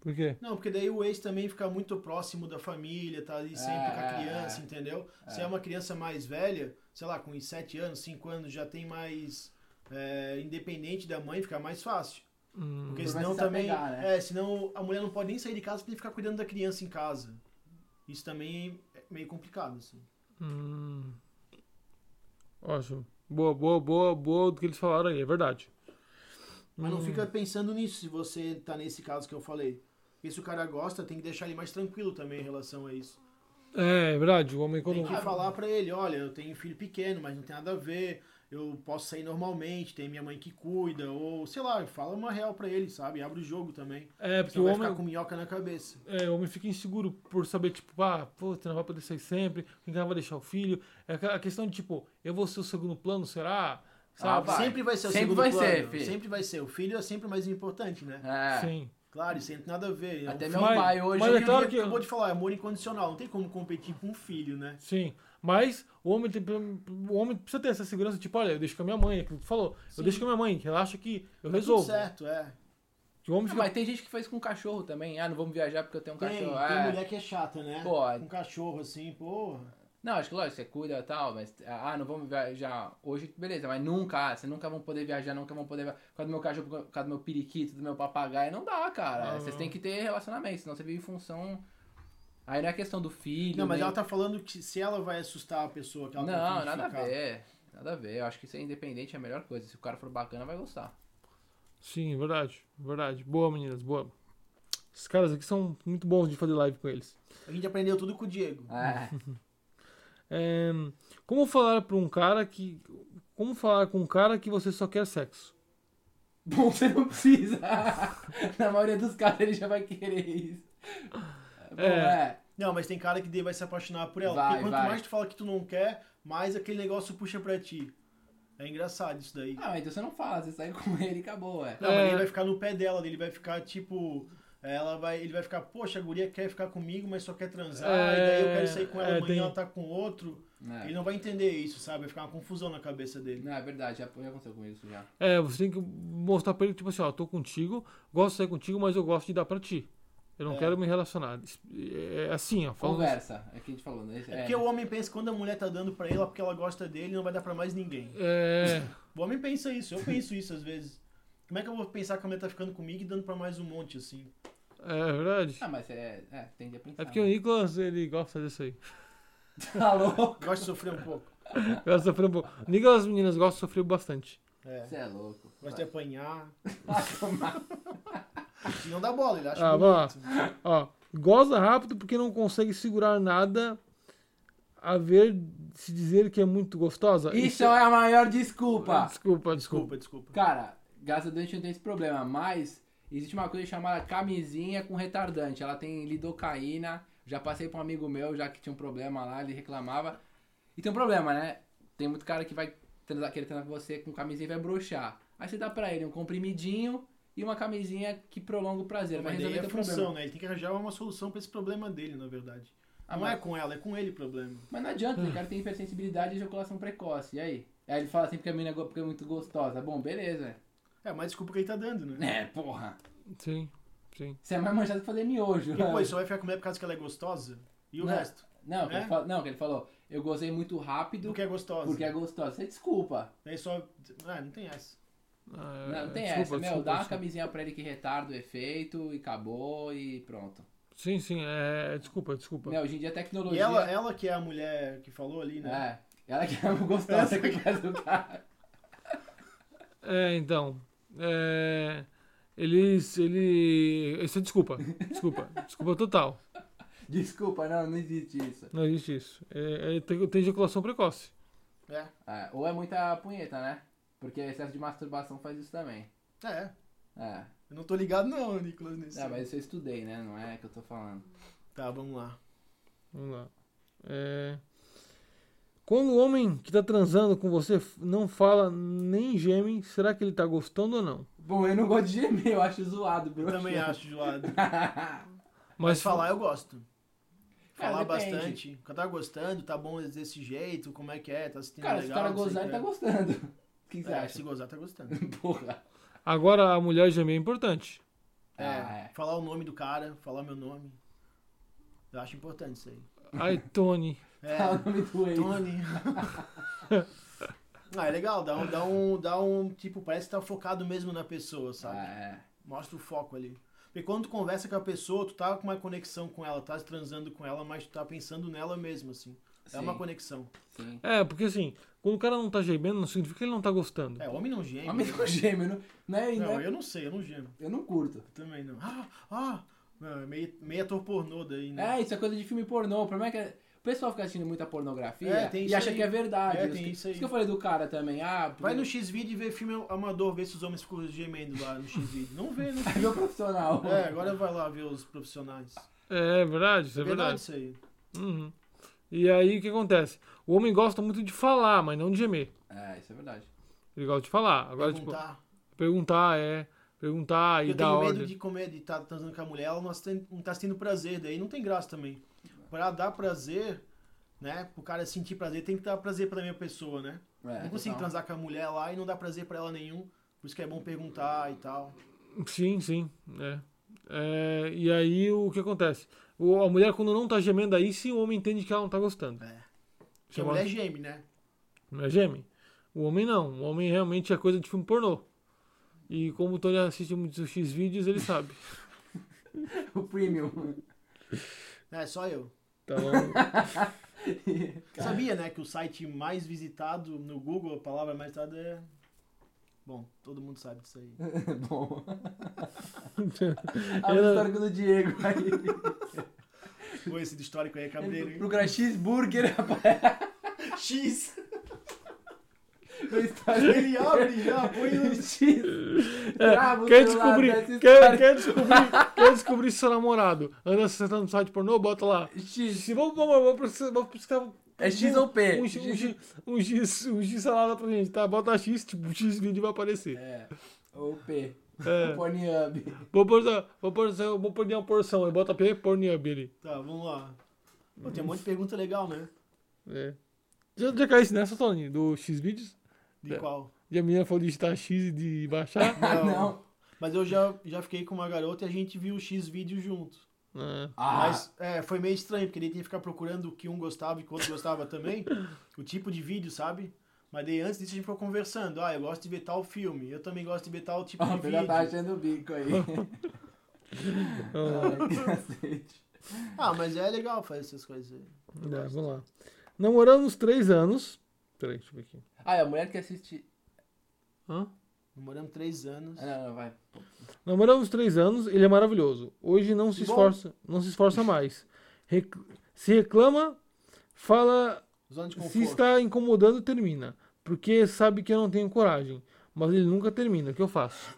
Por quê? Não, porque daí o ex também fica muito próximo da família, tá ali sempre É, com a é, criança, é. entendeu? Se é uma criança mais velha, sei lá, com 7 anos, 5 anos, já tem mais. é, independente da mãe, fica mais fácil. Hum, Porque Vai senão se também. apegar, né? É, senão a mulher não pode nem sair de casa pra ele ficar cuidando da criança em casa. Isso também é meio complicado, assim. hum. Ótimo. Boa, boa, boa, boa do que eles falaram aí, é verdade. Mas não Hum. fica pensando nisso se você tá nesse caso que eu falei. Porque se o cara gosta, tem que deixar ele mais tranquilo também em relação a isso. É, é verdade, o homem quando. Tem que falar pra ele, olha, eu tenho um filho pequeno, mas não tem nada a ver. Eu posso sair normalmente, tem minha mãe que cuida, ou sei lá, fala uma real pra ele, sabe? Abre o jogo também. É, porque Porque o vai homem. ficar com minhoca na cabeça. É, o homem fica inseguro por saber, tipo, ah, pô, você não vai poder sair sempre, quem que ela vai deixar o filho? É aquela- a questão de, tipo, eu vou ser o segundo plano, será? Sabe? vai. Sempre vai ser o Sempre segundo vai plano. ser, filho. Sempre vai ser. O filho é sempre mais importante, né? É. Sim. Claro, isso aí não tem nada a ver. Até é um meu filho- Mas- pai hoje. mas é Filho, claro ele que- acabou de falar, é amor incondicional. Não tem como competir com um filho, né? Sim. Mas o homem, tem, o homem precisa ter essa segurança, tipo, olha, eu deixo com a minha mãe, aquilo que tu falou. Sim. Eu deixo com a minha mãe, que ela acha que eu Tá resolvo. Tudo certo, é. Que o homem Ah, fica... mas tem gente que faz com cachorro também. Ah, não vamos viajar porque eu tenho um Tem, cachorro. tem é. mulher que é chata, né? Pô, Um cachorro assim, porra. Não, acho que lógico, você cuida e tal, mas ah, não vamos viajar hoje, beleza, mas nunca, ah, vocês nunca vão poder viajar, nunca vão poder viajar. Por causa do meu cachorro, por causa do meu periquito, do meu papagaio, não dá, cara. Não, vocês não. têm que ter relacionamento, senão você vive em função. Aí não é questão do filho. Não, mas nem- ela tá falando que se ela vai assustar a pessoa que ela tá Não, tentando nada a ficar. ver. Nada a ver. Eu acho que ser independente é a melhor coisa. Se o cara for bacana, vai gostar. Sim, verdade, verdade. Boa, meninas, boa. Esses caras aqui são muito bons de fazer live com eles. A gente aprendeu tudo com o Diego. É. É, como falar pra um cara que... Como falar com um cara que você só quer sexo? Bom, você não precisa. Na maioria dos casos ele já vai querer isso. Bom, É. é. Não, mas tem cara que daí vai se apaixonar por ela. Vai, porque quanto vai. mais tu fala que tu não quer, mais aquele negócio puxa pra ti. É engraçado isso daí. Ah, mas então você não fala, você sai com ele e acabou, é. Não, mas É. ele vai ficar no pé dela, ele vai ficar tipo. Ela vai, ele vai ficar, poxa, a guria quer ficar comigo, mas só quer transar, e daí eu quero sair com ela É, amanhã, tem- ela tá com outro. É. Ele não vai entender isso, sabe? Vai ficar uma confusão na cabeça dele. Não, é verdade, já, já aconteceu comigo isso já. É, você tem que mostrar pra ele, tipo assim, ó, eu tô contigo, gosto de sair contigo, mas eu gosto de dar pra ti. Eu não É. quero me relacionar. É assim, ó. Falando Conversa, é que a gente falou, né? É porque o homem pensa que quando a mulher tá dando pra ele, é porque ela gosta dele, não vai dar pra mais ninguém. É, O homem pensa isso, eu penso isso às vezes. Como é que eu vou pensar que a mulher tá ficando comigo e dando pra mais um monte, assim? é verdade. Ah, mas é, é, tem que pensar. É porque o Nicolas, ele gosta disso aí. Tá louco? Gosta de sofrer um pouco. Gosta de sofrer um pouco. O Nicolas, as meninas, gostam de sofrer bastante. É. Você é louco. Gosta de apanhar. Vai tomar. E não dá bola, ele acha Ah, bonito. Ó, goza rápido porque não consegue segurar nada a ver se dizer que é muito gostosa. Isso é a maior desculpa. Desculpa, desculpa. Desculpa, desculpa. Cara, graças a Deus a gente não tem esse problema, mas existe uma coisa chamada camisinha com retardante. Ela tem lidocaína. Já passei pra um amigo meu, já que tinha um problema lá, ele reclamava. E tem um problema, né? Tem muito cara que vai transar, querer transar com você com camisinha e vai broxar. Aí você dá pra ele um comprimidinho e uma camisinha que prolonga o prazer. Vai Mas daí resolver é teu a função, problema. né? Ele tem que arranjar uma solução pra esse problema dele, na verdade. Ah, não mas- é com ela, é com ele o problema. Mas não adianta, Hum. o cara tem hipersensibilidade e ejaculação precoce. E aí? Aí ele fala assim porque a menina é go- porque é muito gostosa. Bom, beleza. É, mas desculpa que ele tá dando, né? É, porra. Sim, sim. Você é mais manchado que fazer miojo. E pô, ele só vai ficar com mulher por causa que ela é gostosa? E o Não. resto? Não, que É? ele fala- não, que ele falou, eu gozei muito rápido Do que é gostosa? porque é gostosa. Você desculpa. Daí só. Ah, não tem essa. Ah, não, não tem desculpa, essa, desculpa, meu. dá uma desculpa. camisinha pra ele que retarda o efeito e acabou e pronto. Sim, sim, é. Desculpa, desculpa. Meu, hoje em dia a tecnologia. E ela, ela que é a mulher que falou ali, né? É. Ela que é gostosa que faz o cara. É, então. É, eles. Ele. Isso é desculpa. Desculpa. Desculpa total. Desculpa, não, não existe isso. Não existe isso. É, é, tem, tem ejaculação precoce. É. É, ou é muita punheta, né? Porque excesso de masturbação faz isso também. É. É. Eu não tô ligado, não, Nicolas, nisso. Ah, mas isso eu estudei, né? Não é que eu tô falando. Tá, vamos lá. Vamos lá. É, quando o homem que tá transando com você f- não fala nem geme, será que ele tá gostando ou não? Bom, eu não gosto de gemer, eu acho zoado, bro. Eu também acho de lado. Mas, Mas falar eu gosto. Falar depende. bastante. O cara tá gostando, tá bom desse jeito, como é que é, tá se sentindo Cara, se o legal. cara não sei o gozar, que ele tá é. gostando. O que que você É, acha? se gozar, tá gostando. Porra. Agora a mulher gemer é importante. É, Ah, é. Falar o nome do cara, falar meu nome. Eu acho importante isso aí. Ai, Tony. É, Fala o nome um do ex. Tony. ah, é legal, dá um, dá um, dá um, tipo, parece que tá focado mesmo na pessoa, sabe? Ah, é. Mostra o foco ali. Porque quando tu conversa com a pessoa, tu tá com uma conexão com ela, tá transando com ela, mas tu tá pensando nela mesmo, assim. Sim, É uma conexão. sim. É, porque assim, quando o cara não tá gemendo, não significa que ele não tá gostando. É, homem não geme. um Homem com gêmeo, não, não é ainda. Não, eu... eu não sei, eu não gemo. não curto. Também não. Ah, ah! Não, é meio, meio ator pornô daí, né? É, isso é coisa de filme pornô. O problema é que o pessoal fica assistindo muita pornografia É, tem e isso acha aí. que é verdade. É, Os tem que- isso aí. que eu falei do cara também. Ah, porque... Vai no X-Video e vê filme amador, vê se os homens ficam gemendo lá no X-Video. Não vê, né? Vai ver o profissional. É, agora vai lá ver os profissionais. É, verdade, isso é verdade. isso aí. Uhum. E aí o que acontece? O homem gosta muito de falar, mas não de gemer. É, isso é verdade. Ele gosta de falar. Agora, Perguntar. tipo, perguntar é. Perguntar e eu dar tenho medo ordem. de comer, de estar transando com a mulher, ela não está não tá sentindo prazer, daí não tem graça também. Pra dar prazer, né, pro cara sentir prazer, tem que dar prazer pra minha pessoa, né? É, não consigo total. transar com a mulher lá e não dar prazer pra ela nenhum, por isso que é bom perguntar e tal. Sim, sim. É. É, e aí o que acontece? O- a mulher, quando não tá gemendo, aí sim o homem entende que ela não tá gostando. É. Porque Você a gosta? mulher geme, né? Não é geme. O homem não. O homem realmente é coisa de filme pornô. E como o Tony assiste muitos X vídeos, ele sabe. O premium. É, só eu. Então, Sabia, né, que o site mais visitado no Google, a palavra mais visitada é... Bom, todo mundo sabe disso aí. Bom. Abre o eu, não- histórico do Diego aí. Pô, esse do histórico aí é cabreiro, hein? Procura cheeseburger, rapaz. X! O histórico Ele abre, já põe no... do X. Trava o é, quer celular, descobrir? desce o Quer, histórico. quer descobrir? Quer descobrir se seu namorado anda sentando no site pornô? Bota lá. X. Se vamos, vamos, vamos, precisar- vamos buscar É X ou P? um, X- um, X- um X, um X salada pra gente, tá? Bota X, tipo, X vídeo vai aparecer. É. Ou P. É. Pornhub. Vou pôr, vou pôr, vou pôr de uma porção, aí bota P, Pornhub ali. Tá, vamos lá. Pô, tem um monte de pergunta legal, né? É. Já, já caísse nessa, Tony, do X vídeos? De É. qual? E a menina falou de digitar X e de baixar? Ah, Não. não. Mas eu já, já fiquei com uma garota e a gente viu o X vídeo junto. É. Ah, Mas é, foi meio estranho, porque ele tinha que ficar procurando o que um gostava e o que o outro gostava também. O tipo de vídeo, sabe? Mas daí antes disso a gente ficou conversando. Ah, eu gosto de ver tal filme. Eu também gosto de ver tal tipo ó, um de o Pedro vídeo. tá achando o bico aí. então, Ai, cacete. Ah, mas é legal fazer essas coisas aí. Eu É, gosto. vamos lá. Namoramos três anos. Peraí, deixa eu ver aqui. Ah, é a mulher que assiste... Hã? Namoramos três anos. Ah, não, não, vai. Namoramos três anos, ele é maravilhoso. Hoje não se Que bom. esforça, não se esforça mais. Rec- Se reclama, fala Zona de Se conforto. está incomodando, termina. Porque sabe que eu não tenho coragem. Mas ele nunca termina. O que eu faço?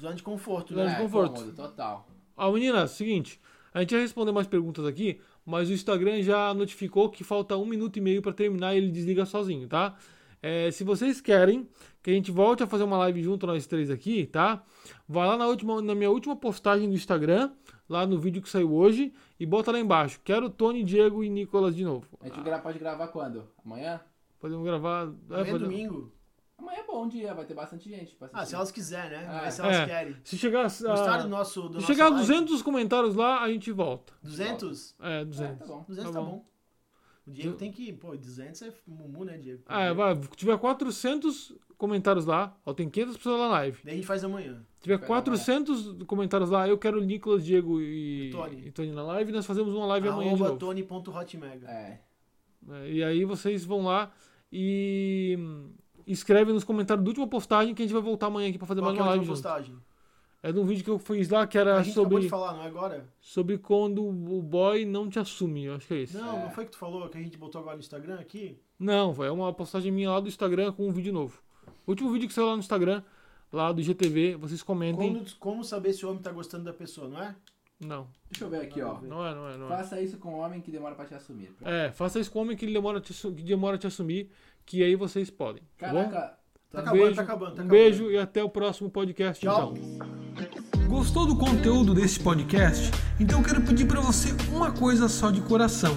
Zona de conforto, Zona de né? É, conforto. cômodo, total. Ah, menina, seguinte. A gente vai responder mais perguntas aqui, mas o Instagram já notificou que falta um minuto e meio para terminar e ele desliga sozinho, tá? É, se vocês querem que a gente volte a fazer uma live junto, nós três aqui, tá? Vai lá na, última, na minha última postagem do Instagram, lá no vídeo que saiu hoje, e bota lá embaixo. Quero Tony, Diego e Nicolas de novo. A gente gra- pode gravar quando? Amanhã? Podemos gravar. é, Amanhã é podemos- domingo. Amanhã é bom dia, vai ter bastante gente pra Ah, se assistir. elas quiserem, né? Ah, Mas se é. elas É. querem. Se chegar a, Gostaram do nosso. Do se nosso chegar a live? 200 comentários lá, a gente volta. 200? É, Ah, 200. tá bom. 200 Tá tá bom. bom. O Diego Du- tem que. Pô, 200 é mumu, né, Diego? Ah, vai. Se tiver 400 comentários lá, ó, tem 500 pessoas na live. Daí a gente faz amanhã. Se tiver Pera, 400 comentários lá, eu quero Nicolas, Diego e, E Tony. e Tony na live. Nós fazemos uma live amanhã de Arroba novo. tony.hotmega. É. É, E aí vocês vão lá e hum, escrevem nos comentários da última postagem que a gente vai voltar amanhã aqui pra fazer Qual que mais é a uma live. última junto. postagem? É de um vídeo que eu fiz lá que era A gente acabou sobre, de falar, não é agora? sobre quando o boy não te assume. Eu acho que é isso. Não, É. não foi que tu falou que a gente botou agora no Instagram aqui? Não, foi uma postagem minha lá do Instagram com um vídeo novo. O último vídeo que saiu lá no Instagram, lá do GTV, vocês comentem. Como, como saber se o homem tá gostando da pessoa, não é? Não, Deixa eu ver aqui, ó. não é, não é, não é. Faça isso com o homem que demora pra te assumir. É, faça isso com o homem que ele demora a te, assu- que demora a te assumir, que aí vocês podem. Tá bom? Caraca, Tá Um acabando, beijo, tá acabando, tá um acabando. beijo e até o próximo podcast. Tchau. Então. Gostou do conteúdo desse podcast? Então eu quero pedir para você uma coisa só de coração.